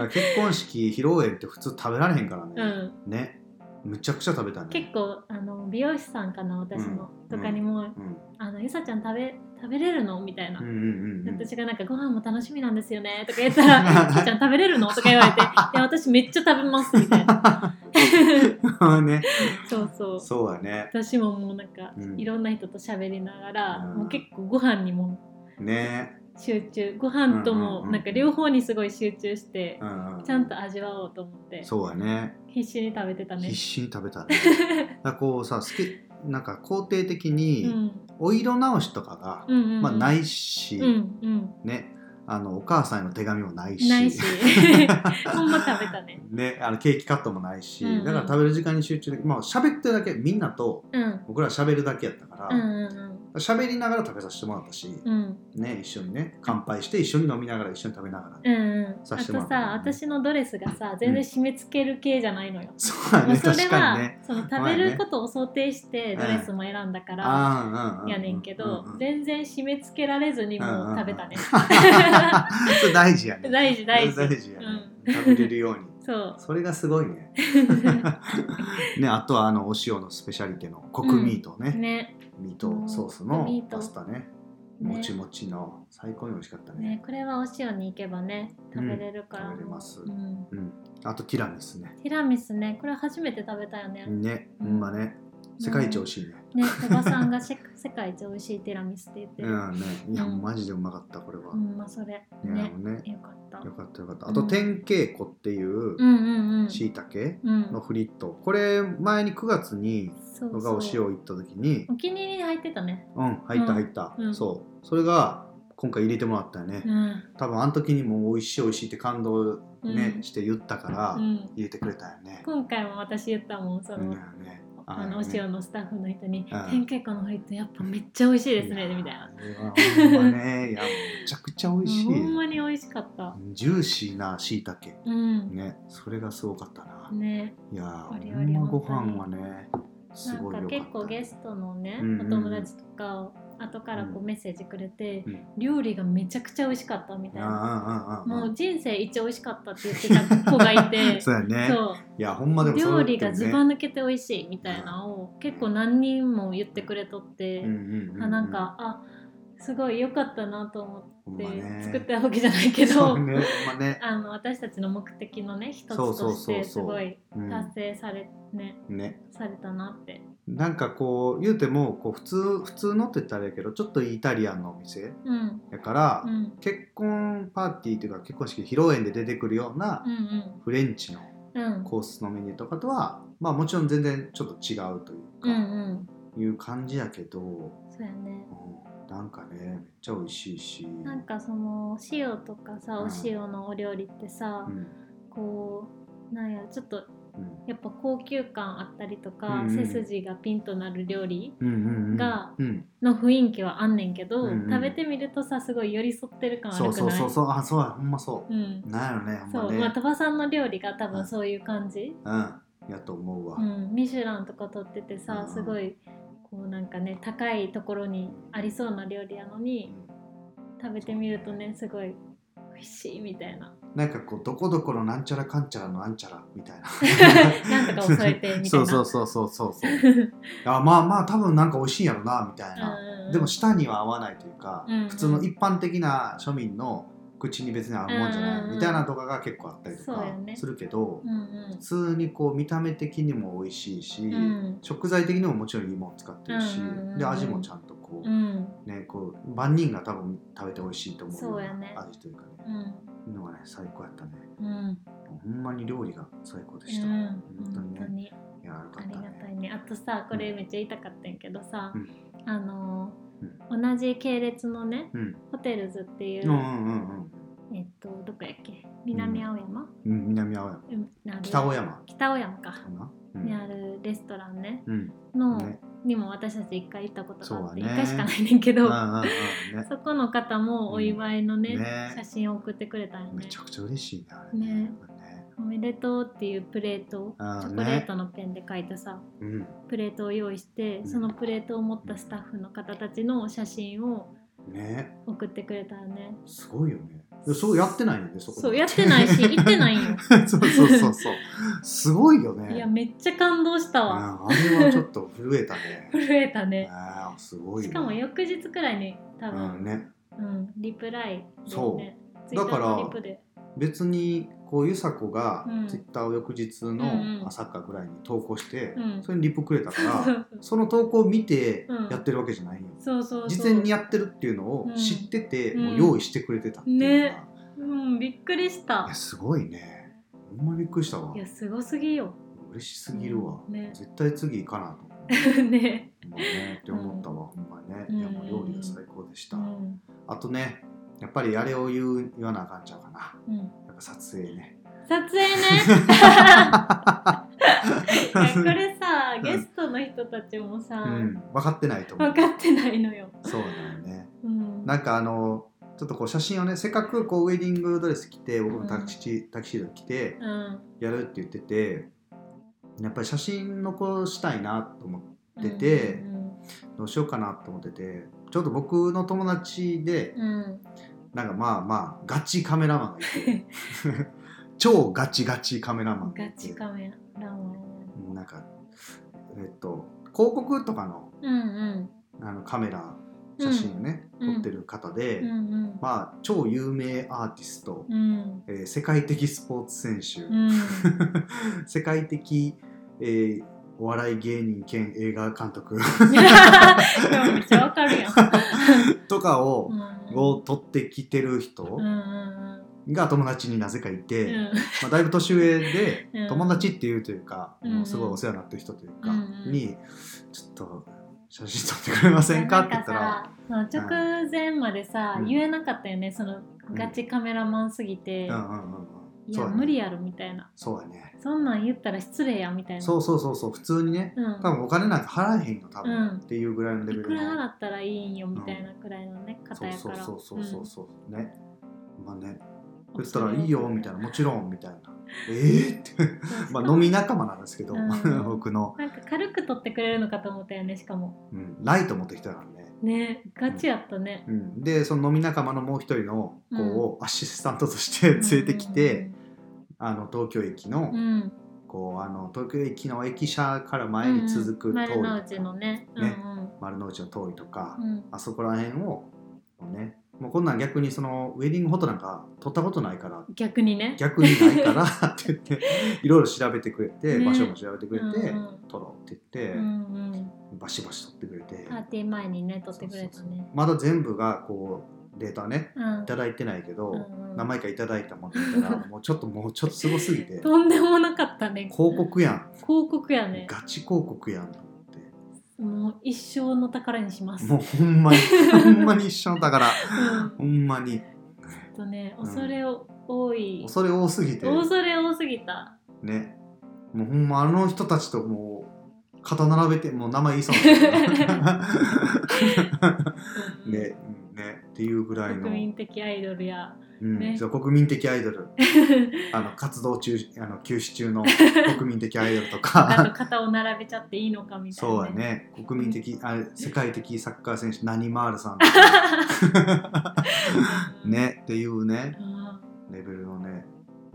[SPEAKER 2] ら結婚式披露宴って普通食べられへんから
[SPEAKER 1] う
[SPEAKER 2] ね、
[SPEAKER 1] ん
[SPEAKER 2] ねむちゃくちゃ食べたね
[SPEAKER 1] 結構あの美容師さんかな私の
[SPEAKER 2] うん
[SPEAKER 1] とかにも
[SPEAKER 2] うん
[SPEAKER 1] あのゆさちゃん食べ食食べれるのみたいな
[SPEAKER 2] うんう。んうんうん
[SPEAKER 1] 私がなんかご飯も楽しみなんですよねとか言ったら「ちーちゃん食べれるの?」とか言われて「いや私めっちゃ食べます」みたいな
[SPEAKER 2] ね、
[SPEAKER 1] そうそう
[SPEAKER 2] そうだね。
[SPEAKER 1] 私ももうなんか、
[SPEAKER 2] うん
[SPEAKER 1] いろんな人と喋りながら、
[SPEAKER 2] うん
[SPEAKER 1] もう結構ご飯にも
[SPEAKER 2] ね。
[SPEAKER 1] 集中ご飯と
[SPEAKER 2] うんうん
[SPEAKER 1] も
[SPEAKER 2] うん
[SPEAKER 1] なんか両方にすごい集中して、
[SPEAKER 2] うんうん、
[SPEAKER 1] ちゃんと味わおうと思って
[SPEAKER 2] そうだね。
[SPEAKER 1] 必死に食べてたね
[SPEAKER 2] 必。死に食べたね。 だからこうさ、好きなんか肯定的
[SPEAKER 1] うん
[SPEAKER 2] にお色直しとかが、
[SPEAKER 1] うんうんうん
[SPEAKER 2] まあないし、
[SPEAKER 1] うんうん、
[SPEAKER 2] ね。あのお母さんへの手紙もないし。
[SPEAKER 1] ないしほんま食べたね。
[SPEAKER 2] ね、あのケーキカットもないし、
[SPEAKER 1] うんうん
[SPEAKER 2] だから食べる時間に集中できまあ喋ってるだけみんなと
[SPEAKER 1] うん
[SPEAKER 2] 僕ら喋るだけやったか
[SPEAKER 1] うん
[SPEAKER 2] ら
[SPEAKER 1] うん
[SPEAKER 2] 喋、りながら食べさせてもらったし、
[SPEAKER 1] うんうん
[SPEAKER 2] ね、一緒にね乾杯して一緒に飲みながら一緒に食べながら、
[SPEAKER 1] うんうん、あ
[SPEAKER 2] さ
[SPEAKER 1] と
[SPEAKER 2] してもらった
[SPEAKER 1] さ私のドレスがさ全然締め付ける系じゃないのよ。
[SPEAKER 2] そうだ
[SPEAKER 1] もう
[SPEAKER 2] ね
[SPEAKER 1] それ
[SPEAKER 2] 確か
[SPEAKER 1] は、
[SPEAKER 2] にね
[SPEAKER 1] その食べることを想定してドレスも選んだから、
[SPEAKER 2] ああ
[SPEAKER 1] やねんけど、
[SPEAKER 2] うんうん
[SPEAKER 1] 全然締め付けられずにもう食べたね、
[SPEAKER 2] それ大事やね
[SPEAKER 1] 大事大事
[SPEAKER 2] 大事やね、
[SPEAKER 1] うん
[SPEAKER 2] 食べれるように
[SPEAKER 1] そう
[SPEAKER 2] それがすごいねねあとはあのお塩のスペシャリテのコクミートね、
[SPEAKER 1] ね
[SPEAKER 2] ミートソースの
[SPEAKER 1] ミート
[SPEAKER 2] パスタねも
[SPEAKER 1] ね
[SPEAKER 2] ちもちの最高に美味しかったね
[SPEAKER 1] ねこれはお塩に行けばね食べれるから、
[SPEAKER 2] うん食べれます
[SPEAKER 1] うん
[SPEAKER 2] うん、あとティラミスね
[SPEAKER 1] ティラミスねこれ初めて食べたよね、
[SPEAKER 2] ね
[SPEAKER 1] う
[SPEAKER 2] ほ
[SPEAKER 1] ん
[SPEAKER 2] んまね世界一美味しいね
[SPEAKER 1] ねおばさんが世 世界一美味しいティラミスって言って
[SPEAKER 2] う
[SPEAKER 1] る、うん
[SPEAKER 2] んねいや
[SPEAKER 1] うん
[SPEAKER 2] マジでうまかったこれは、
[SPEAKER 1] まあそれ
[SPEAKER 2] いや
[SPEAKER 1] ね
[SPEAKER 2] もうね
[SPEAKER 1] よかった
[SPEAKER 2] よかったよかった
[SPEAKER 1] うん
[SPEAKER 2] あと天稽古ってい
[SPEAKER 1] うん
[SPEAKER 2] う
[SPEAKER 1] うんうん
[SPEAKER 2] しいたけ
[SPEAKER 1] う
[SPEAKER 2] の
[SPEAKER 1] ん
[SPEAKER 2] フリットこれ前に9月に
[SPEAKER 1] そう
[SPEAKER 2] 僕
[SPEAKER 1] そ
[SPEAKER 2] が
[SPEAKER 1] う
[SPEAKER 2] お塩行った時に
[SPEAKER 1] お気に入りに入ってたね
[SPEAKER 2] うん入った入った、
[SPEAKER 1] うん
[SPEAKER 2] そうそれが今回入れてもらったよね、
[SPEAKER 1] うん
[SPEAKER 2] 多分あの時にもう美味しい美味しいって感動ね、
[SPEAKER 1] うん
[SPEAKER 2] して言ったから
[SPEAKER 1] うん
[SPEAKER 2] 入れてくれたよね、
[SPEAKER 1] 今回も私言ったもんその、
[SPEAKER 2] うんだよね
[SPEAKER 1] あのお塩のスタッフの人に
[SPEAKER 2] あ
[SPEAKER 1] 「天稽古のフリットやっぱめっちゃ美味しいですね」みたいな。
[SPEAKER 2] いやほんまねいやめちゃくちゃ美味しい
[SPEAKER 1] ほんまに美味しかった。
[SPEAKER 2] ジューシーなしいたけ
[SPEAKER 1] うん。
[SPEAKER 2] ねそれがすごかったな、
[SPEAKER 1] ね、
[SPEAKER 2] いや
[SPEAKER 1] あ
[SPEAKER 2] ー
[SPEAKER 1] れ
[SPEAKER 2] ほ
[SPEAKER 1] あれ
[SPEAKER 2] んまご飯はねすごい
[SPEAKER 1] な
[SPEAKER 2] よ
[SPEAKER 1] んか
[SPEAKER 2] かった
[SPEAKER 1] 結構ゲストのね、
[SPEAKER 2] うんうんうん
[SPEAKER 1] お友達とかを後からこうメッセージくれて、
[SPEAKER 2] うん
[SPEAKER 1] 料理がめちゃくちゃ美味しかったみたいな。
[SPEAKER 2] ああああああ
[SPEAKER 1] もう人生一美味しかったって言ってた子がいて、
[SPEAKER 2] そうやね
[SPEAKER 1] そう
[SPEAKER 2] いやほんまでもそう
[SPEAKER 1] 料
[SPEAKER 2] だ
[SPEAKER 1] 理が
[SPEAKER 2] った
[SPEAKER 1] ず
[SPEAKER 2] よね
[SPEAKER 1] ば抜けて美味しいみたいなのを結構何人も言ってくれとって、
[SPEAKER 2] うんうんうんうん
[SPEAKER 1] あなんかあすごい良かったなと思
[SPEAKER 2] ほん
[SPEAKER 1] って、
[SPEAKER 2] まね
[SPEAKER 1] 作ったわけじゃないけ ど、
[SPEAKER 2] そうねほんまね、
[SPEAKER 1] あの私たちの目的のね一つ
[SPEAKER 2] そうそ
[SPEAKER 1] と
[SPEAKER 2] う
[SPEAKER 1] し
[SPEAKER 2] そうそう
[SPEAKER 1] てすごいう達成され,、ね、
[SPEAKER 2] ん、ね
[SPEAKER 1] されたなって。
[SPEAKER 2] なんかこう言うてもこう普通普通のって言ったらあれやけどちょっとイタリアンのお店
[SPEAKER 1] うん
[SPEAKER 2] やから、
[SPEAKER 1] うん
[SPEAKER 2] 結婚パーティーというか結婚式披露宴で出てくるような
[SPEAKER 1] うん
[SPEAKER 2] フレンチの
[SPEAKER 1] うんうん
[SPEAKER 2] コースのメニューとかとはまあもちろん全然ちょっと違うという
[SPEAKER 1] うん
[SPEAKER 2] か、
[SPEAKER 1] うん
[SPEAKER 2] いう感じやけど、うん
[SPEAKER 1] そうやね。
[SPEAKER 2] なんかねめっちゃ美味しいし
[SPEAKER 1] なんかその塩とかさ
[SPEAKER 2] う
[SPEAKER 1] お
[SPEAKER 2] ん
[SPEAKER 1] 塩のお料理ってさ、
[SPEAKER 2] うん
[SPEAKER 1] こうなんやちょっと
[SPEAKER 2] うん
[SPEAKER 1] やっぱ高級感あったりとか、
[SPEAKER 2] うんうん
[SPEAKER 1] 背筋がピンとなる料理
[SPEAKER 2] うんうんうん
[SPEAKER 1] が
[SPEAKER 2] うん、
[SPEAKER 1] の雰囲気はあんねんけど、
[SPEAKER 2] うんうん
[SPEAKER 1] 食べてみるとさすごい寄り添ってる感あるく
[SPEAKER 2] そ
[SPEAKER 1] ないう
[SPEAKER 2] そうそうそうあそうやほんまそう、
[SPEAKER 1] うん、
[SPEAKER 2] なんやろね
[SPEAKER 1] そ
[SPEAKER 2] ほ
[SPEAKER 1] う、
[SPEAKER 2] ん
[SPEAKER 1] ま
[SPEAKER 2] ま
[SPEAKER 1] あ
[SPEAKER 2] ね
[SPEAKER 1] 鳥羽さんの料理が多分そういう感じ、
[SPEAKER 2] うんやと思うわ、
[SPEAKER 1] うん、ミシュランとか取ってて
[SPEAKER 2] うん
[SPEAKER 1] さ
[SPEAKER 2] うん
[SPEAKER 1] すごいこうなんかね高いところにありそうな料理やのに食べてみるとねすごい美味しいみたい な
[SPEAKER 2] なんかこうどこどこのなんちゃらかんちゃらのなんちゃらみたいな
[SPEAKER 1] なんとか抑えてみたいな
[SPEAKER 2] そうそうそうそうそうそうあまあまあ多分なんか美味しいんやろなみたいな、
[SPEAKER 1] うんうん
[SPEAKER 2] でも舌には合わないというか、
[SPEAKER 1] うんうん
[SPEAKER 2] 普通の一般的な庶民の口に別に合うもん
[SPEAKER 1] うんうん
[SPEAKER 2] じゃな
[SPEAKER 1] う
[SPEAKER 2] い
[SPEAKER 1] ん
[SPEAKER 2] みたいなとかが結構あったりと
[SPEAKER 1] そう
[SPEAKER 2] か
[SPEAKER 1] やね
[SPEAKER 2] するけど、
[SPEAKER 1] うん
[SPEAKER 2] 普通にこう見た目的にも美味しいし、
[SPEAKER 1] うんうん
[SPEAKER 2] 食材的にももちろんいいもん使ってるし、
[SPEAKER 1] うんうんうんうん
[SPEAKER 2] で味もちゃんとこう、
[SPEAKER 1] うん
[SPEAKER 2] ねこう万人が多分食べて美味しいと思うよう
[SPEAKER 1] そうやね
[SPEAKER 2] な味というかね
[SPEAKER 1] うん
[SPEAKER 2] のがね最高やったね
[SPEAKER 1] うん
[SPEAKER 2] ほんまに料理が最高で
[SPEAKER 1] う
[SPEAKER 2] した、
[SPEAKER 1] ん
[SPEAKER 2] 本当に
[SPEAKER 1] 本当
[SPEAKER 2] ね
[SPEAKER 1] に
[SPEAKER 2] いやよ
[SPEAKER 1] あ
[SPEAKER 2] かっ
[SPEAKER 1] り
[SPEAKER 2] た
[SPEAKER 1] が
[SPEAKER 2] ね
[SPEAKER 1] たいねあとさこれめっちゃ言いたかったんやけどさ、
[SPEAKER 2] うん
[SPEAKER 1] あのー同じ系列のね
[SPEAKER 2] うん
[SPEAKER 1] ホテルズっていうう、
[SPEAKER 2] んうんうんうん
[SPEAKER 1] えっとどこやっけ南青山、
[SPEAKER 2] うん南青山
[SPEAKER 1] うんなる
[SPEAKER 2] 北青山
[SPEAKER 1] 北青山か
[SPEAKER 2] か、なう
[SPEAKER 1] に
[SPEAKER 2] ん
[SPEAKER 1] あるレストランね
[SPEAKER 2] うん
[SPEAKER 1] の、
[SPEAKER 2] ね
[SPEAKER 1] にも私たち一回行ったことがあって、
[SPEAKER 2] そう
[SPEAKER 1] 一
[SPEAKER 2] だね
[SPEAKER 1] 回しかないねんけ
[SPEAKER 2] うんう
[SPEAKER 1] ど、
[SPEAKER 2] んうんね
[SPEAKER 1] そこの方もお祝いのね,、
[SPEAKER 2] うんね
[SPEAKER 1] 写真を送ってくれたんよ
[SPEAKER 2] め
[SPEAKER 1] ね
[SPEAKER 2] ちゃくちゃ嬉しいねあれね
[SPEAKER 1] ねおめでとうっていうプレートをチ
[SPEAKER 2] あー
[SPEAKER 1] ョコレートのペンで書いたさ、
[SPEAKER 2] うん
[SPEAKER 1] プレートを用意して
[SPEAKER 2] うん
[SPEAKER 1] そのプレートを持ったスタッフの方たちの写真を
[SPEAKER 2] ね
[SPEAKER 1] 送ってくれたよね
[SPEAKER 2] すごいよねやそうやってないよねそこ
[SPEAKER 1] そうやって ないし行ってないよ
[SPEAKER 2] そうそうそうそうすごいよね
[SPEAKER 1] いやめっちゃ感動したわ
[SPEAKER 2] うんあれはちょっと震え たね
[SPEAKER 1] 震えたね
[SPEAKER 2] あーすごい
[SPEAKER 1] し
[SPEAKER 2] よ
[SPEAKER 1] かも翌日くらいに多
[SPEAKER 2] うん
[SPEAKER 1] 分、
[SPEAKER 2] ね、
[SPEAKER 1] うんリプライで
[SPEAKER 2] そう
[SPEAKER 1] ね
[SPEAKER 2] だから
[SPEAKER 1] Twitter のリプで
[SPEAKER 2] 別にこうゆさこが
[SPEAKER 1] うん
[SPEAKER 2] ツイッターを翌日
[SPEAKER 1] うんう
[SPEAKER 2] の
[SPEAKER 1] ん
[SPEAKER 2] 朝かぐらいに投稿して、
[SPEAKER 1] うん
[SPEAKER 2] それにリプくれたから、
[SPEAKER 1] そう
[SPEAKER 2] その投稿を見て
[SPEAKER 1] うん
[SPEAKER 2] やってるわけじゃないよ、
[SPEAKER 1] そうそう
[SPEAKER 2] 事前にやってるっていうのを知ってて、
[SPEAKER 1] うん
[SPEAKER 2] もう用意してくれてたっていうのが、
[SPEAKER 1] ねうんびっくりし
[SPEAKER 2] い
[SPEAKER 1] た
[SPEAKER 2] やすごいねほんまびっくりしたわ
[SPEAKER 1] いやすごすぎよ
[SPEAKER 2] 嬉しすぎるわ、
[SPEAKER 1] うんね
[SPEAKER 2] 絶対次行かなと思う
[SPEAKER 1] ね
[SPEAKER 2] ほんまねって思ったわ、ほんまね、
[SPEAKER 1] うん
[SPEAKER 2] いやもう料理が最高でした、
[SPEAKER 1] うん
[SPEAKER 2] あとねやっぱりあれを言う言わなあかんちゃうかな
[SPEAKER 1] うん
[SPEAKER 2] やっぱ撮 影ね
[SPEAKER 1] 撮影 ねいやこれさゲストの人たちもさ、
[SPEAKER 2] うん、分かってないと思う
[SPEAKER 1] 分かってないのよ、
[SPEAKER 2] そうだよね
[SPEAKER 1] うん、
[SPEAKER 2] なんかあのちょっとこう写真をねせっかくこうウェディングドレス着て僕もタキシ,、タキシード着て
[SPEAKER 1] うん
[SPEAKER 2] やるって言っててやっぱり写真残したいなと思って出て
[SPEAKER 1] うん
[SPEAKER 2] どうしようかなと思っててちょっと僕の友達で
[SPEAKER 1] うんうん
[SPEAKER 2] なんかまあまあガチカメラマンがいて 超ガチガチカメラマンが
[SPEAKER 1] ガ
[SPEAKER 2] いて
[SPEAKER 1] チカメラマン
[SPEAKER 2] なんかえっと広告とかの
[SPEAKER 1] うんうん
[SPEAKER 2] あのカメラ写真をね、
[SPEAKER 1] うん
[SPEAKER 2] 撮ってる方で、
[SPEAKER 1] うんうん
[SPEAKER 2] まあ超有名アーティスト、
[SPEAKER 1] うん
[SPEAKER 2] えー世界的スポーツ選手、
[SPEAKER 1] うん
[SPEAKER 2] 世界的、えーお笑い芸人兼映画監 督
[SPEAKER 1] でもめっちゃわか るやん
[SPEAKER 2] とかを、
[SPEAKER 1] うん
[SPEAKER 2] を撮ってきてる人
[SPEAKER 1] うんうん
[SPEAKER 2] が友達になぜかい
[SPEAKER 1] う
[SPEAKER 2] て、
[SPEAKER 1] ん
[SPEAKER 2] まあ、だいぶ年上で、
[SPEAKER 1] うん
[SPEAKER 2] 友達っていうというか、
[SPEAKER 1] うん
[SPEAKER 2] もうすごいお世話になってる人というか、
[SPEAKER 1] うんうん
[SPEAKER 2] にちょっと写真撮ってくれませんかって言ったら
[SPEAKER 1] なんかさその直前までさ、
[SPEAKER 2] うん
[SPEAKER 1] 言えなかったよねそのガチカメラマンすぎて、
[SPEAKER 2] うんうんうんうん
[SPEAKER 1] い
[SPEAKER 2] そ
[SPEAKER 1] や
[SPEAKER 2] うだね
[SPEAKER 1] 無理やろみたいな
[SPEAKER 2] そうだね
[SPEAKER 1] そんなん言ったら失礼やみたいな
[SPEAKER 2] そうそうそうそう普通にね
[SPEAKER 1] うん、
[SPEAKER 2] 多分お金なんか払えへんよ多分、
[SPEAKER 1] うん
[SPEAKER 2] っていうぐらいのレベ
[SPEAKER 1] い
[SPEAKER 2] ル
[SPEAKER 1] く
[SPEAKER 2] の
[SPEAKER 1] ら払ったらいいんよみたいなくらいのね、方
[SPEAKER 2] そう
[SPEAKER 1] や
[SPEAKER 2] そ
[SPEAKER 1] か
[SPEAKER 2] う
[SPEAKER 1] ら
[SPEAKER 2] そうそうそうそう、ねまあね
[SPEAKER 1] うん
[SPEAKER 2] 言ったら「いいよ」みたいな「もちろん」みたいな「えー、って
[SPEAKER 1] そう
[SPEAKER 2] まあ飲み仲間なんですけど、
[SPEAKER 1] うん
[SPEAKER 2] 僕の、
[SPEAKER 1] なんか軽く取ってくれるのかと思ったよねしかも
[SPEAKER 2] うん、ライト持ってきたからね、
[SPEAKER 1] ねガチやったね、
[SPEAKER 2] うん、でその飲み仲間のもう一人の子
[SPEAKER 1] うん
[SPEAKER 2] をアシスタントとして連れてきて、あの東京駅の、
[SPEAKER 1] うん、うん
[SPEAKER 2] こうあの東京駅の駅舎から前に続く
[SPEAKER 1] うん
[SPEAKER 2] 通
[SPEAKER 1] 丸
[SPEAKER 2] りとか、
[SPEAKER 1] の内のねうん
[SPEAKER 2] 丸の内の通りとか、
[SPEAKER 1] うんうん
[SPEAKER 2] あそこら辺をこうねもうこんなん逆にそのウェディングフォトなんか撮ったことないから
[SPEAKER 1] 逆にね
[SPEAKER 2] 逆にないからって 言っていろいろ調べてくれて、
[SPEAKER 1] ね
[SPEAKER 2] 場所も調べてくれて、
[SPEAKER 1] うん
[SPEAKER 2] 撮ろうって言
[SPEAKER 1] う
[SPEAKER 2] って、
[SPEAKER 1] んうんうん
[SPEAKER 2] バシバシ撮ってくれて
[SPEAKER 1] パーティー前にね撮ってくれた
[SPEAKER 2] そうそう
[SPEAKER 1] ね
[SPEAKER 2] そうまだ全部がこうデータね
[SPEAKER 1] うん
[SPEAKER 2] いただいてないけ
[SPEAKER 1] う
[SPEAKER 2] ど、
[SPEAKER 1] んうん
[SPEAKER 2] 何枚かいただいたもんだ からもうちょっともうちょっとすごすぎて
[SPEAKER 1] とんでもなかったね
[SPEAKER 2] 広告やん、
[SPEAKER 1] 広告やね
[SPEAKER 2] ガチ広告やんと思っ
[SPEAKER 1] もう一生の宝にしま
[SPEAKER 2] て
[SPEAKER 1] す
[SPEAKER 2] もうほんまにほんまに一緒の宝
[SPEAKER 1] ん
[SPEAKER 2] ほんまに
[SPEAKER 1] ちょっとね
[SPEAKER 2] うん
[SPEAKER 1] 恐れ多い、
[SPEAKER 2] 恐れ多すぎて
[SPEAKER 1] 恐れ多すぎた
[SPEAKER 2] ねもうほんまあの人たちともう肩並べてもう名前言いそうになった けど
[SPEAKER 1] うん
[SPEAKER 2] ねねっていうぐらいの
[SPEAKER 1] 国民的アイドル や
[SPEAKER 2] うん
[SPEAKER 1] ね
[SPEAKER 2] そう国民的アイドルあの活動中あの休止中の国民的アイドルと
[SPEAKER 1] あ と
[SPEAKER 2] か
[SPEAKER 1] 肩を並べちゃっていいのかみたいな、
[SPEAKER 2] そうやね国民的あ世界的サッカー選手ナニマー ルさん
[SPEAKER 1] うん
[SPEAKER 2] ねっていうね
[SPEAKER 1] うん
[SPEAKER 2] レベルをね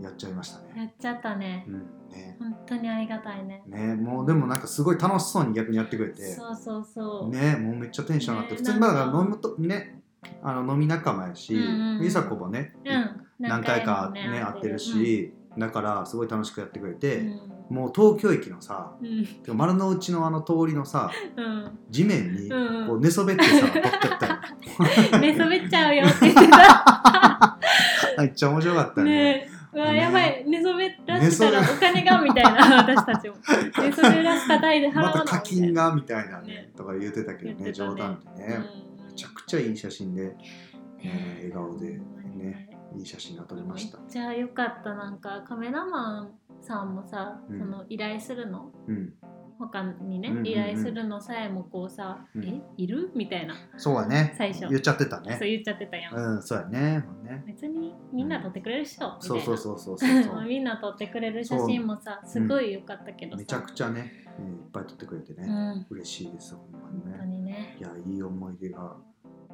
[SPEAKER 2] やっちゃいましたね。
[SPEAKER 1] やっちゃったね
[SPEAKER 2] うん、ね
[SPEAKER 1] 本当にありがたいね
[SPEAKER 2] ねもうでもなんかすごい楽しそうに逆にやってくれて。
[SPEAKER 1] そうそうそう、
[SPEAKER 2] ねもうめっちゃテンション上がって、
[SPEAKER 1] ね
[SPEAKER 2] 普通にま
[SPEAKER 1] な
[SPEAKER 2] あ
[SPEAKER 1] んか
[SPEAKER 2] だから飲むとねあの飲み仲間やし、
[SPEAKER 1] う
[SPEAKER 2] 美
[SPEAKER 1] んうんうん
[SPEAKER 2] 佐子もね、
[SPEAKER 1] うん、
[SPEAKER 2] 何回かね会ってる、し、だからすごい楽しくやってくれて、もう東京駅のさ
[SPEAKER 1] うんうん
[SPEAKER 2] 丸の内のあの通りのさ
[SPEAKER 1] うん
[SPEAKER 2] 地面に
[SPEAKER 1] うんうん
[SPEAKER 2] こう寝そ べってさ、撮ってったよ
[SPEAKER 1] うん、目覚めちゃうよって言ってた
[SPEAKER 2] めっちゃ面白かったよね
[SPEAKER 1] ねうわやばい寝そべら
[SPEAKER 2] 寝
[SPEAKER 1] し
[SPEAKER 2] そ
[SPEAKER 1] た
[SPEAKER 2] べ
[SPEAKER 1] らお金がみたいな私たちも寝そべらした代で払わ
[SPEAKER 2] ま
[SPEAKER 1] な
[SPEAKER 2] た課金
[SPEAKER 1] が、
[SPEAKER 2] がみたいなね
[SPEAKER 1] ね
[SPEAKER 2] とか言ってたけど
[SPEAKER 1] 言って
[SPEAKER 2] ね
[SPEAKER 1] たね
[SPEAKER 2] 冗談で
[SPEAKER 1] う
[SPEAKER 2] ね、
[SPEAKER 1] ん、
[SPEAKER 2] めちゃくちゃいい写真でね笑顔でね
[SPEAKER 1] ね
[SPEAKER 2] いい写真が撮れました
[SPEAKER 1] めっちゃ良かったなんかカメラマンさんもさ、
[SPEAKER 2] うん
[SPEAKER 1] その依頼するの
[SPEAKER 2] うん
[SPEAKER 1] 他にね、
[SPEAKER 2] うんうんうん
[SPEAKER 1] 依頼するのさえもこうさ「
[SPEAKER 2] うん
[SPEAKER 1] えいる?」みたいな、
[SPEAKER 2] そうだね
[SPEAKER 1] 最初
[SPEAKER 2] 言っちゃってたね
[SPEAKER 1] そう言っちゃってたやん、
[SPEAKER 2] うんそうやねもうね
[SPEAKER 1] 別にみんな撮ってくれるっしょ、みたい
[SPEAKER 2] そ
[SPEAKER 1] な
[SPEAKER 2] うそうそうそうそうそう。
[SPEAKER 1] みんな撮ってくれる写真もさすごい良かったけどさ、
[SPEAKER 2] めちゃくちゃね、えーいっぱい撮ってくれて
[SPEAKER 1] う
[SPEAKER 2] ね、
[SPEAKER 1] ん
[SPEAKER 2] 嬉しいですほんま
[SPEAKER 1] 本当に
[SPEAKER 2] にね。
[SPEAKER 1] ね
[SPEAKER 2] いやいい思い出が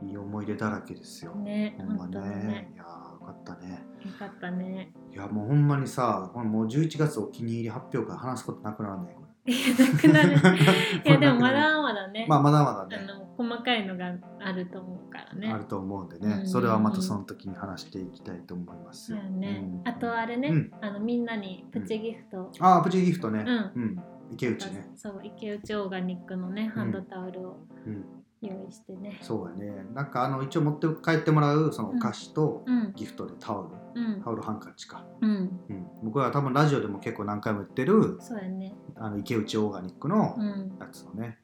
[SPEAKER 2] いい思い出だらけですよ。
[SPEAKER 1] ね
[SPEAKER 2] ほんま
[SPEAKER 1] 本当にね
[SPEAKER 2] ね、いやーよかかったね
[SPEAKER 1] よかったね。
[SPEAKER 2] いやもうほんまにさもう11月お気に入り発表会話すことなくならないこ
[SPEAKER 1] いやなくな る。い
[SPEAKER 2] れ
[SPEAKER 1] やでもまだまだね。
[SPEAKER 2] まあまだまだ
[SPEAKER 1] あ
[SPEAKER 2] ね
[SPEAKER 1] の細かいのがあると思うからね。
[SPEAKER 2] あると思うんで
[SPEAKER 1] うんうんう
[SPEAKER 2] ね
[SPEAKER 1] ん
[SPEAKER 2] それはまたその時に話していきたいと思います
[SPEAKER 1] そう
[SPEAKER 2] よ
[SPEAKER 1] やね、
[SPEAKER 2] うん
[SPEAKER 1] あとあれね、
[SPEAKER 2] うん
[SPEAKER 1] あのみんなにプチギフト、
[SPEAKER 2] ああプチギフトね
[SPEAKER 1] う
[SPEAKER 2] うん池内ね
[SPEAKER 1] そう池内オーガニックのねハンドタオルを
[SPEAKER 2] うん
[SPEAKER 1] 用意してね。
[SPEAKER 2] そうやねなんかあの一応持って帰ってもらうそのお菓子と
[SPEAKER 1] うん
[SPEAKER 2] ギフトでタオル
[SPEAKER 1] うん
[SPEAKER 2] タオルハンカチか
[SPEAKER 1] うん。
[SPEAKER 2] うん僕は多分ラジオでも結構何回も言ってる
[SPEAKER 1] そうやね。
[SPEAKER 2] あの池内オーガニックの
[SPEAKER 1] うん。
[SPEAKER 2] やつをね,、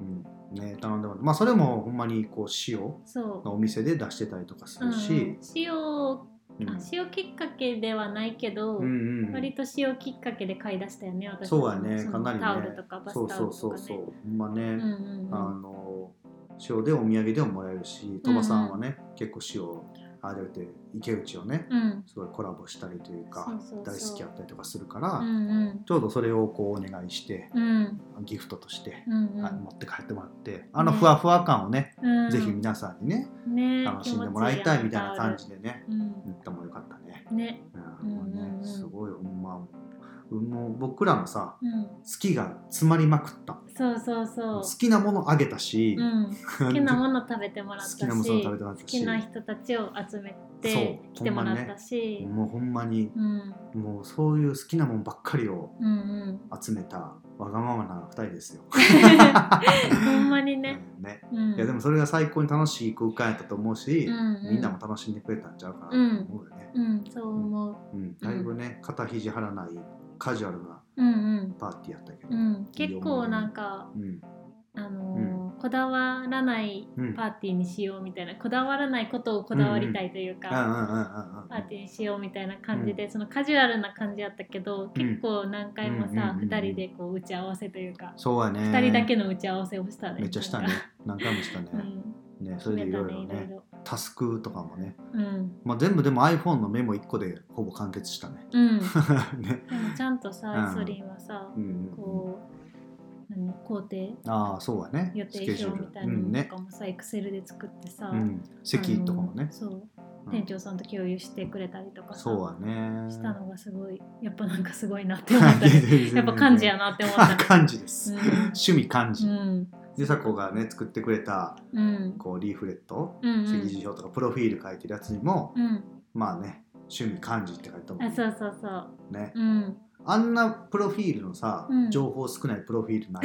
[SPEAKER 2] うん、ね頼んでもらってまあそれもほんまにこう塩
[SPEAKER 1] そう。
[SPEAKER 2] のお店で出してたりとかす
[SPEAKER 1] うん
[SPEAKER 2] るし、
[SPEAKER 1] 塩を
[SPEAKER 2] うん
[SPEAKER 1] あ塩きっかけではないけど、
[SPEAKER 2] うんうんうん
[SPEAKER 1] 割と塩きっかけで買い出したよね私たち
[SPEAKER 2] そう
[SPEAKER 1] も
[SPEAKER 2] やね
[SPEAKER 1] その
[SPEAKER 2] かなりね
[SPEAKER 1] タオルとかバ
[SPEAKER 2] そ
[SPEAKER 1] ス
[SPEAKER 2] う
[SPEAKER 1] タ
[SPEAKER 2] そ
[SPEAKER 1] オ
[SPEAKER 2] う
[SPEAKER 1] ルと
[SPEAKER 2] そう
[SPEAKER 1] か
[SPEAKER 2] そう
[SPEAKER 1] ね。
[SPEAKER 2] ほんまね、
[SPEAKER 1] うんうん
[SPEAKER 2] あの塩でお土産でももらえるし鳥羽さんはね、結構塩あれて池内をね
[SPEAKER 1] うんうん
[SPEAKER 2] すごいコラボしたりというか
[SPEAKER 1] そうそうそう
[SPEAKER 2] 大好きやったりとかするから、
[SPEAKER 1] うんうん
[SPEAKER 2] ちょうどそれをこうお願いして
[SPEAKER 1] うん
[SPEAKER 2] ギフトとして、
[SPEAKER 1] うんうん
[SPEAKER 2] はい持って帰ってもらってあのふわふわ感をね、
[SPEAKER 1] うん
[SPEAKER 2] ぜひ皆さんにね
[SPEAKER 1] ね
[SPEAKER 2] 楽しんでもらいたいみたいな感。
[SPEAKER 1] 気持ち
[SPEAKER 2] じでね
[SPEAKER 1] いいやんタオ
[SPEAKER 2] 言ったもよかったね。
[SPEAKER 1] ルうんね。
[SPEAKER 2] うん
[SPEAKER 1] うんうんうん
[SPEAKER 2] もうねすごいほんまもう僕らのさ
[SPEAKER 1] うん。
[SPEAKER 2] 好きが詰まりまくった
[SPEAKER 1] そうそうそ
[SPEAKER 2] 好
[SPEAKER 1] う。
[SPEAKER 2] きなものあげたし、
[SPEAKER 1] うん、好きなもの食べてもらったし
[SPEAKER 2] 好きなもの食べてもらったし
[SPEAKER 1] 好きな人たちを集め
[SPEAKER 2] そう
[SPEAKER 1] て来てもらったし、
[SPEAKER 2] もうほんまに
[SPEAKER 1] うん
[SPEAKER 2] もうそういう好きなもんばっかりを
[SPEAKER 1] うんうん、
[SPEAKER 2] 集めたわがままな2人ですよ。
[SPEAKER 1] ほんまにね。
[SPEAKER 2] うんね
[SPEAKER 1] うん、
[SPEAKER 2] いやでもそれが最高に楽しい空間やったと思うし、
[SPEAKER 1] うんうん
[SPEAKER 2] みんなも楽しんでくれたんちゃうかなと思うよね。
[SPEAKER 1] うん、そう思う。
[SPEAKER 2] うん、だいぶね肩肘張らないカジュアルな
[SPEAKER 1] うん
[SPEAKER 2] パーティーやったけど、
[SPEAKER 1] うん、うん、結構なんか、
[SPEAKER 2] うん
[SPEAKER 1] あのーこだわらない
[SPEAKER 2] うん
[SPEAKER 1] パーティーにしようみたいな、こだわらないことをこだわりたいという
[SPEAKER 2] うんうん
[SPEAKER 1] か、
[SPEAKER 2] うんうん
[SPEAKER 1] パーティーにしようみたいな感じで、そのカジュアルな感じやったけど、結構何回もさ、
[SPEAKER 2] うん
[SPEAKER 1] 二人でこう打ち合わせというか、
[SPEAKER 2] そうやね
[SPEAKER 1] 二人だけの打ち合わせをしたね。
[SPEAKER 2] めっちゃしたね
[SPEAKER 1] なんか
[SPEAKER 2] 何回もしたね、
[SPEAKER 1] うん
[SPEAKER 2] ねそ
[SPEAKER 1] 決め
[SPEAKER 2] れでい
[SPEAKER 1] た
[SPEAKER 2] ろ
[SPEAKER 1] ねい
[SPEAKER 2] いろ
[SPEAKER 1] ろい
[SPEAKER 2] ね
[SPEAKER 1] ろ。
[SPEAKER 2] タスクとかもね、
[SPEAKER 1] うん。
[SPEAKER 2] まあ、全部でも iPhone のメモ1個でほぼ完結したね
[SPEAKER 1] うん。で
[SPEAKER 2] ね、
[SPEAKER 1] もちゃんとさ、
[SPEAKER 2] う
[SPEAKER 1] イソ
[SPEAKER 2] ん
[SPEAKER 1] リンはさ
[SPEAKER 2] う、んうんうん、
[SPEAKER 1] こう、何、工程
[SPEAKER 2] ああそうやね
[SPEAKER 1] 予
[SPEAKER 2] スケ
[SPEAKER 1] 定
[SPEAKER 2] ジュー
[SPEAKER 1] 表
[SPEAKER 2] ル
[SPEAKER 1] みたいうなんのと
[SPEAKER 2] ね、
[SPEAKER 1] かもさ、エクセルで作ってさ、
[SPEAKER 2] うん、席とかも
[SPEAKER 1] あ
[SPEAKER 2] ね
[SPEAKER 1] の、そう
[SPEAKER 2] う、ん
[SPEAKER 1] 店長さんと共有してくれたりとかさ、
[SPEAKER 2] そうやね
[SPEAKER 1] したのがすごい、やっぱなんかすごいなって思 ったり、やっぱ漢字やなって思っ
[SPEAKER 2] あ
[SPEAKER 1] た。
[SPEAKER 2] 漢字です、
[SPEAKER 1] うん
[SPEAKER 2] 趣味漢字、
[SPEAKER 1] うん。
[SPEAKER 2] でさこがね作ってくれた
[SPEAKER 1] うん。
[SPEAKER 2] こうリーフレット
[SPEAKER 1] うんうん
[SPEAKER 2] 席次表とかプロフィール書いてるやつにも、
[SPEAKER 1] うん。
[SPEAKER 2] まあね趣味漢字って書いてあ
[SPEAKER 1] あ、
[SPEAKER 2] る
[SPEAKER 1] そうそうそう。
[SPEAKER 2] もんね
[SPEAKER 1] うん。
[SPEAKER 2] あんなプロフィールのさ、
[SPEAKER 1] うん
[SPEAKER 2] 情報少ないプロフィールない、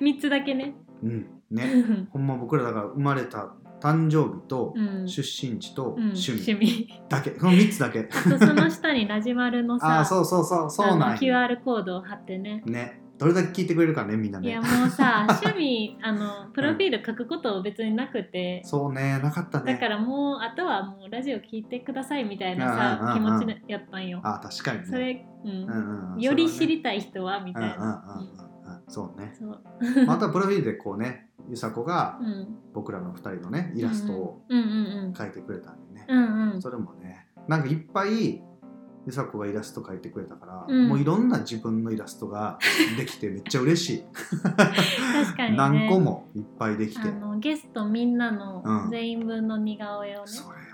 [SPEAKER 1] 三つだけね。
[SPEAKER 2] うん、
[SPEAKER 1] う
[SPEAKER 2] ね
[SPEAKER 1] ん。
[SPEAKER 2] ほんま僕らだから生まれた誕生日と
[SPEAKER 1] うん
[SPEAKER 2] 出身地
[SPEAKER 1] うん
[SPEAKER 2] と趣
[SPEAKER 1] 趣
[SPEAKER 2] 味
[SPEAKER 1] 味。
[SPEAKER 2] だけ、その3つだけ
[SPEAKER 1] あとその下にラジマルの
[SPEAKER 2] あ
[SPEAKER 1] さ
[SPEAKER 2] あそうそうそうそう
[SPEAKER 1] あ
[SPEAKER 2] な
[SPEAKER 1] の
[SPEAKER 2] んや
[SPEAKER 1] QR コードを貼ってね
[SPEAKER 2] ねどれだけ聞いてくれるかねみんない
[SPEAKER 1] や
[SPEAKER 2] ね
[SPEAKER 1] もうさ趣味あのプロフィール書くこと別になくて、
[SPEAKER 2] そうねなかったね
[SPEAKER 1] だからもうあとはもうラジオ聞いてくださいみたいなさ
[SPEAKER 2] う
[SPEAKER 1] 気
[SPEAKER 2] んうんうんうん
[SPEAKER 1] 持ちやったんよ
[SPEAKER 2] ああ確かにね
[SPEAKER 1] それ、うん
[SPEAKER 2] うんうんうん
[SPEAKER 1] より
[SPEAKER 2] そ
[SPEAKER 1] 知
[SPEAKER 2] れはね
[SPEAKER 1] りたい人はみたいな
[SPEAKER 2] うんうんうんうんうんそうね
[SPEAKER 1] そう
[SPEAKER 2] またプロフィールでこうねゆさこが
[SPEAKER 1] うん
[SPEAKER 2] 僕らの2人のねイラストを
[SPEAKER 1] うんうん
[SPEAKER 2] 描いてくれたんでね
[SPEAKER 1] うんうんうん
[SPEAKER 2] それもねなんかいっぱいゆさこがイラスト描いてくれたから、
[SPEAKER 1] うん
[SPEAKER 2] もういろんな自分のイラス トができてめっちゃ嬉しい
[SPEAKER 1] 確かにね
[SPEAKER 2] 何個もいっぱいでき
[SPEAKER 1] あ
[SPEAKER 2] て、
[SPEAKER 1] のゲストみんな
[SPEAKER 2] うん
[SPEAKER 1] の全員分の似顔絵をね、
[SPEAKER 2] それや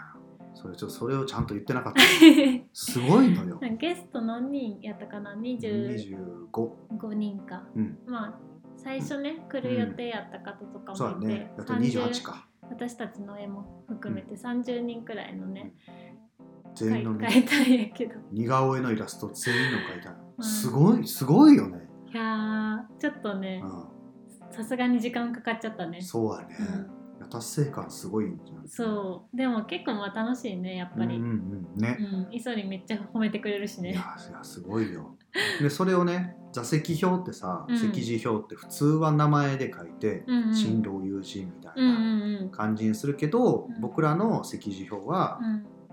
[SPEAKER 2] それちょっとそれをちゃんと言ってなかったすごい のよ
[SPEAKER 1] ゲスト何人やったかな20
[SPEAKER 2] 25
[SPEAKER 1] 5人か、
[SPEAKER 2] うん
[SPEAKER 1] まあ最初ね来る予定やった方とか
[SPEAKER 2] そう
[SPEAKER 1] も
[SPEAKER 2] だ
[SPEAKER 1] いて、
[SPEAKER 2] ねやっと
[SPEAKER 1] 30
[SPEAKER 2] 28か
[SPEAKER 1] 私たちの絵も含めて30人くらいのね、
[SPEAKER 2] 全員の
[SPEAKER 1] 描い
[SPEAKER 2] ね
[SPEAKER 1] 描いたんやけど
[SPEAKER 2] 似顔絵のイラスト全員の描いたの
[SPEAKER 1] うん
[SPEAKER 2] すごいすごいよね、
[SPEAKER 1] いやーちょっとね
[SPEAKER 2] う
[SPEAKER 1] さすがに時間かかっちゃったね
[SPEAKER 2] ん、そうやね、
[SPEAKER 1] うん
[SPEAKER 2] いや達成感すごいんじゃない
[SPEAKER 1] そうでも結構まあ楽しいねやっぱり、う
[SPEAKER 2] うん
[SPEAKER 1] ん
[SPEAKER 2] うんうんね、
[SPEAKER 1] イソリンめっちゃ褒めてくれるし
[SPEAKER 2] いや
[SPEAKER 1] ね
[SPEAKER 2] いやすごいよでそれをね座席表ってさ、
[SPEAKER 1] うん
[SPEAKER 2] 席次表って普通は名前で書いて、
[SPEAKER 1] うんうん
[SPEAKER 2] 新郎友人みたい
[SPEAKER 1] うんうん
[SPEAKER 2] な
[SPEAKER 1] うん
[SPEAKER 2] 感じにするけ
[SPEAKER 1] う
[SPEAKER 2] ど、
[SPEAKER 1] ん
[SPEAKER 2] 僕らの席次表は、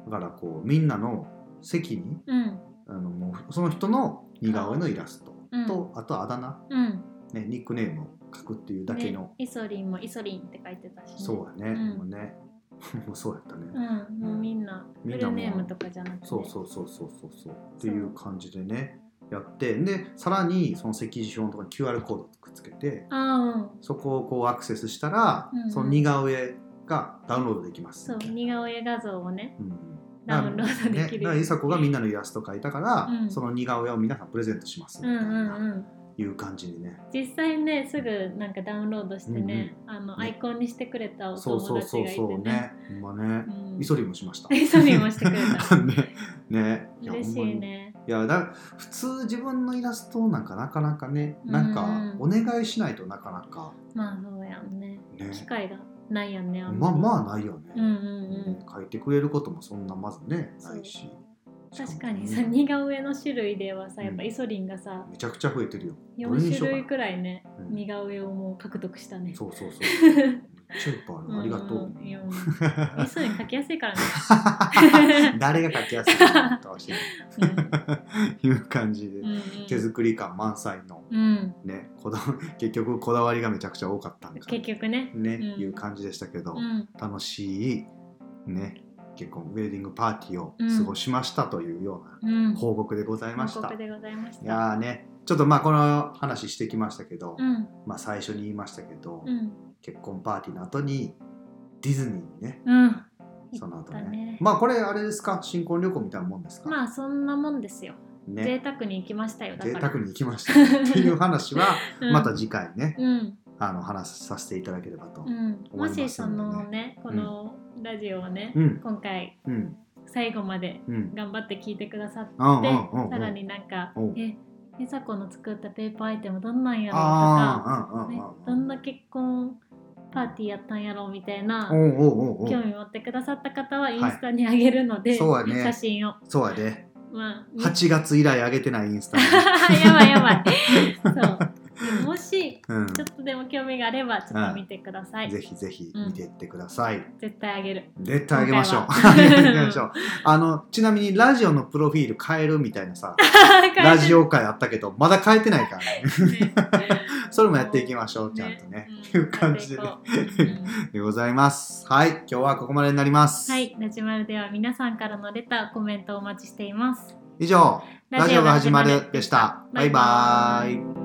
[SPEAKER 2] だからこうみんなの席に
[SPEAKER 1] うん
[SPEAKER 2] あのもうその人の似顔絵のイラスト
[SPEAKER 1] うん
[SPEAKER 2] と、あとはあだ名、
[SPEAKER 1] うん
[SPEAKER 2] ね、ニックネームを書くっていうだけの、
[SPEAKER 1] ねイソリンもイソリンって書いてたしね
[SPEAKER 2] そうやね、
[SPEAKER 1] うん
[SPEAKER 2] もうね もうそうやったね、
[SPEAKER 1] うん、もうみんなフ
[SPEAKER 2] みん
[SPEAKER 1] ル
[SPEAKER 2] なも
[SPEAKER 1] ネームとかじゃなくて、
[SPEAKER 2] そうそうそうそうそうそうっていう感じでねやってでさらにその席次表のところに QR コードくっつけて
[SPEAKER 1] ああうん
[SPEAKER 2] そこをこうアクセスしたら、
[SPEAKER 1] うんうん
[SPEAKER 2] その似顔絵がダウンロードできます
[SPEAKER 1] そう似顔絵画像をね
[SPEAKER 2] うん
[SPEAKER 1] ダウンロードでき
[SPEAKER 2] ね、だから
[SPEAKER 1] る
[SPEAKER 2] 伊佐子がみんなのイラスト描いたから、
[SPEAKER 1] うん
[SPEAKER 2] その似顔絵を皆さんプレゼントしますみ
[SPEAKER 1] うん
[SPEAKER 2] た
[SPEAKER 1] う
[SPEAKER 2] いな、
[SPEAKER 1] んうん
[SPEAKER 2] いう感じにね
[SPEAKER 1] 実際ねすぐなんかダウンロードしてね、あのアイコンにしてくれたお
[SPEAKER 2] そうそ
[SPEAKER 1] 友
[SPEAKER 2] う
[SPEAKER 1] 達
[SPEAKER 2] そう
[SPEAKER 1] がいて
[SPEAKER 2] そう
[SPEAKER 1] ね
[SPEAKER 2] ねほんまね、
[SPEAKER 1] うん
[SPEAKER 2] イソリもしました
[SPEAKER 1] イソリンもしてくれた
[SPEAKER 2] ねねや
[SPEAKER 1] 嬉し
[SPEAKER 2] ほんま
[SPEAKER 1] い
[SPEAKER 2] に
[SPEAKER 1] ね
[SPEAKER 2] いやだ普通自分のイラストなんかなかなかね
[SPEAKER 1] うん
[SPEAKER 2] なんかお願いしないとなかなか
[SPEAKER 1] まあそうやんね
[SPEAKER 2] ね
[SPEAKER 1] 機会がないやんねあん
[SPEAKER 2] まあ
[SPEAKER 1] り
[SPEAKER 2] まあないよね、
[SPEAKER 1] うんうん
[SPEAKER 2] ね書いてくれることもそんなまずね
[SPEAKER 1] そう
[SPEAKER 2] ないし
[SPEAKER 1] うん確か
[SPEAKER 2] し
[SPEAKER 1] に
[SPEAKER 2] も
[SPEAKER 1] さ似顔絵の種類ではさ
[SPEAKER 2] うん
[SPEAKER 1] やっぱイソリンがさ
[SPEAKER 2] めちゃくちゃ増えてるよどれに
[SPEAKER 1] 4
[SPEAKER 2] しよ
[SPEAKER 1] 種
[SPEAKER 2] うかな
[SPEAKER 1] 類くらいね
[SPEAKER 2] うん
[SPEAKER 1] 似顔絵をもう獲得したね
[SPEAKER 2] そう そうそうめっちゃいっぱいあ
[SPEAKER 1] ん
[SPEAKER 2] るありがとう、
[SPEAKER 1] んいやもうイソリン描きやすい からね
[SPEAKER 2] 誰が書きやすいのかして
[SPEAKER 1] うん
[SPEAKER 2] いう感じで
[SPEAKER 1] うんうん
[SPEAKER 2] 手作り感満載の
[SPEAKER 1] うん
[SPEAKER 2] ねこだわ結局こだわりがめちゃくちゃ多かったんか
[SPEAKER 1] 結局ね
[SPEAKER 2] ね、
[SPEAKER 1] うん
[SPEAKER 2] いう感じでしたけど、
[SPEAKER 1] うん
[SPEAKER 2] 楽しいね結婚ウェディングパーティーを過ごしましたというよう
[SPEAKER 1] うん
[SPEAKER 2] な報告でございました、
[SPEAKER 1] 報告
[SPEAKER 2] い
[SPEAKER 1] でございました
[SPEAKER 2] やーねちょっとまあこの話してきましたけど、
[SPEAKER 1] うん
[SPEAKER 2] まあ最初に言いましたけど、
[SPEAKER 1] うん
[SPEAKER 2] 結婚パーティーの後にディズニーにね
[SPEAKER 1] うん
[SPEAKER 2] その後
[SPEAKER 1] 行った
[SPEAKER 2] ね
[SPEAKER 1] ね
[SPEAKER 2] まあこれあれですか新婚旅行みたいなもんですか、
[SPEAKER 1] まあそんなもんですよ贅
[SPEAKER 2] ね
[SPEAKER 1] 沢に行きましたよだ
[SPEAKER 2] 贅
[SPEAKER 1] から
[SPEAKER 2] 沢に行き ましたっていう話は
[SPEAKER 1] うん
[SPEAKER 2] また次回ね、
[SPEAKER 1] うん
[SPEAKER 2] あの話させていただければと
[SPEAKER 1] う。ん
[SPEAKER 2] 思
[SPEAKER 1] も
[SPEAKER 2] いますんでね
[SPEAKER 1] しそのねこのラジオをね
[SPEAKER 2] うん
[SPEAKER 1] 今回
[SPEAKER 2] うん
[SPEAKER 1] 最後まで
[SPEAKER 2] うん
[SPEAKER 1] 頑張って聞いてくださって
[SPEAKER 2] うんうんうんうん
[SPEAKER 1] さらになんか
[SPEAKER 2] うん
[SPEAKER 1] 「え美佐子の作ったペーパーアイテムどんなんやろ?」とか
[SPEAKER 2] ああうん
[SPEAKER 1] ね
[SPEAKER 2] う
[SPEAKER 1] ど
[SPEAKER 2] んうん
[SPEAKER 1] んな結婚パーティーやったんやろみたいな
[SPEAKER 2] おうおうおうおう
[SPEAKER 1] 興味持ってくださった方はインスタにあげるので
[SPEAKER 2] そうやね
[SPEAKER 1] 写真を
[SPEAKER 2] そうやで
[SPEAKER 1] まあ
[SPEAKER 2] 8月以来上げてないインスタに
[SPEAKER 1] やばいやばい。そう。もし
[SPEAKER 2] うん
[SPEAKER 1] ちょっとでも興味があればちょっと見てください。
[SPEAKER 2] ぜひぜひ見ていってください、
[SPEAKER 1] 絶対あげる。
[SPEAKER 2] 絶対あげましょう
[SPEAKER 1] 今回は
[SPEAKER 2] あげましょうあのちなみにラジオのプロフィール変えるみたいなさラジオ会あったけどまだ変えてないからね
[SPEAKER 1] オ、ね、
[SPEAKER 2] それもやっていきましょうちゃんとねっていう感じでねでございますはい今日はここまでになります、
[SPEAKER 1] はい、ラジマルでは皆さんからのレター、コメントをお待ちしています。
[SPEAKER 2] 以上ラジオが始まるでした。バイバーイ。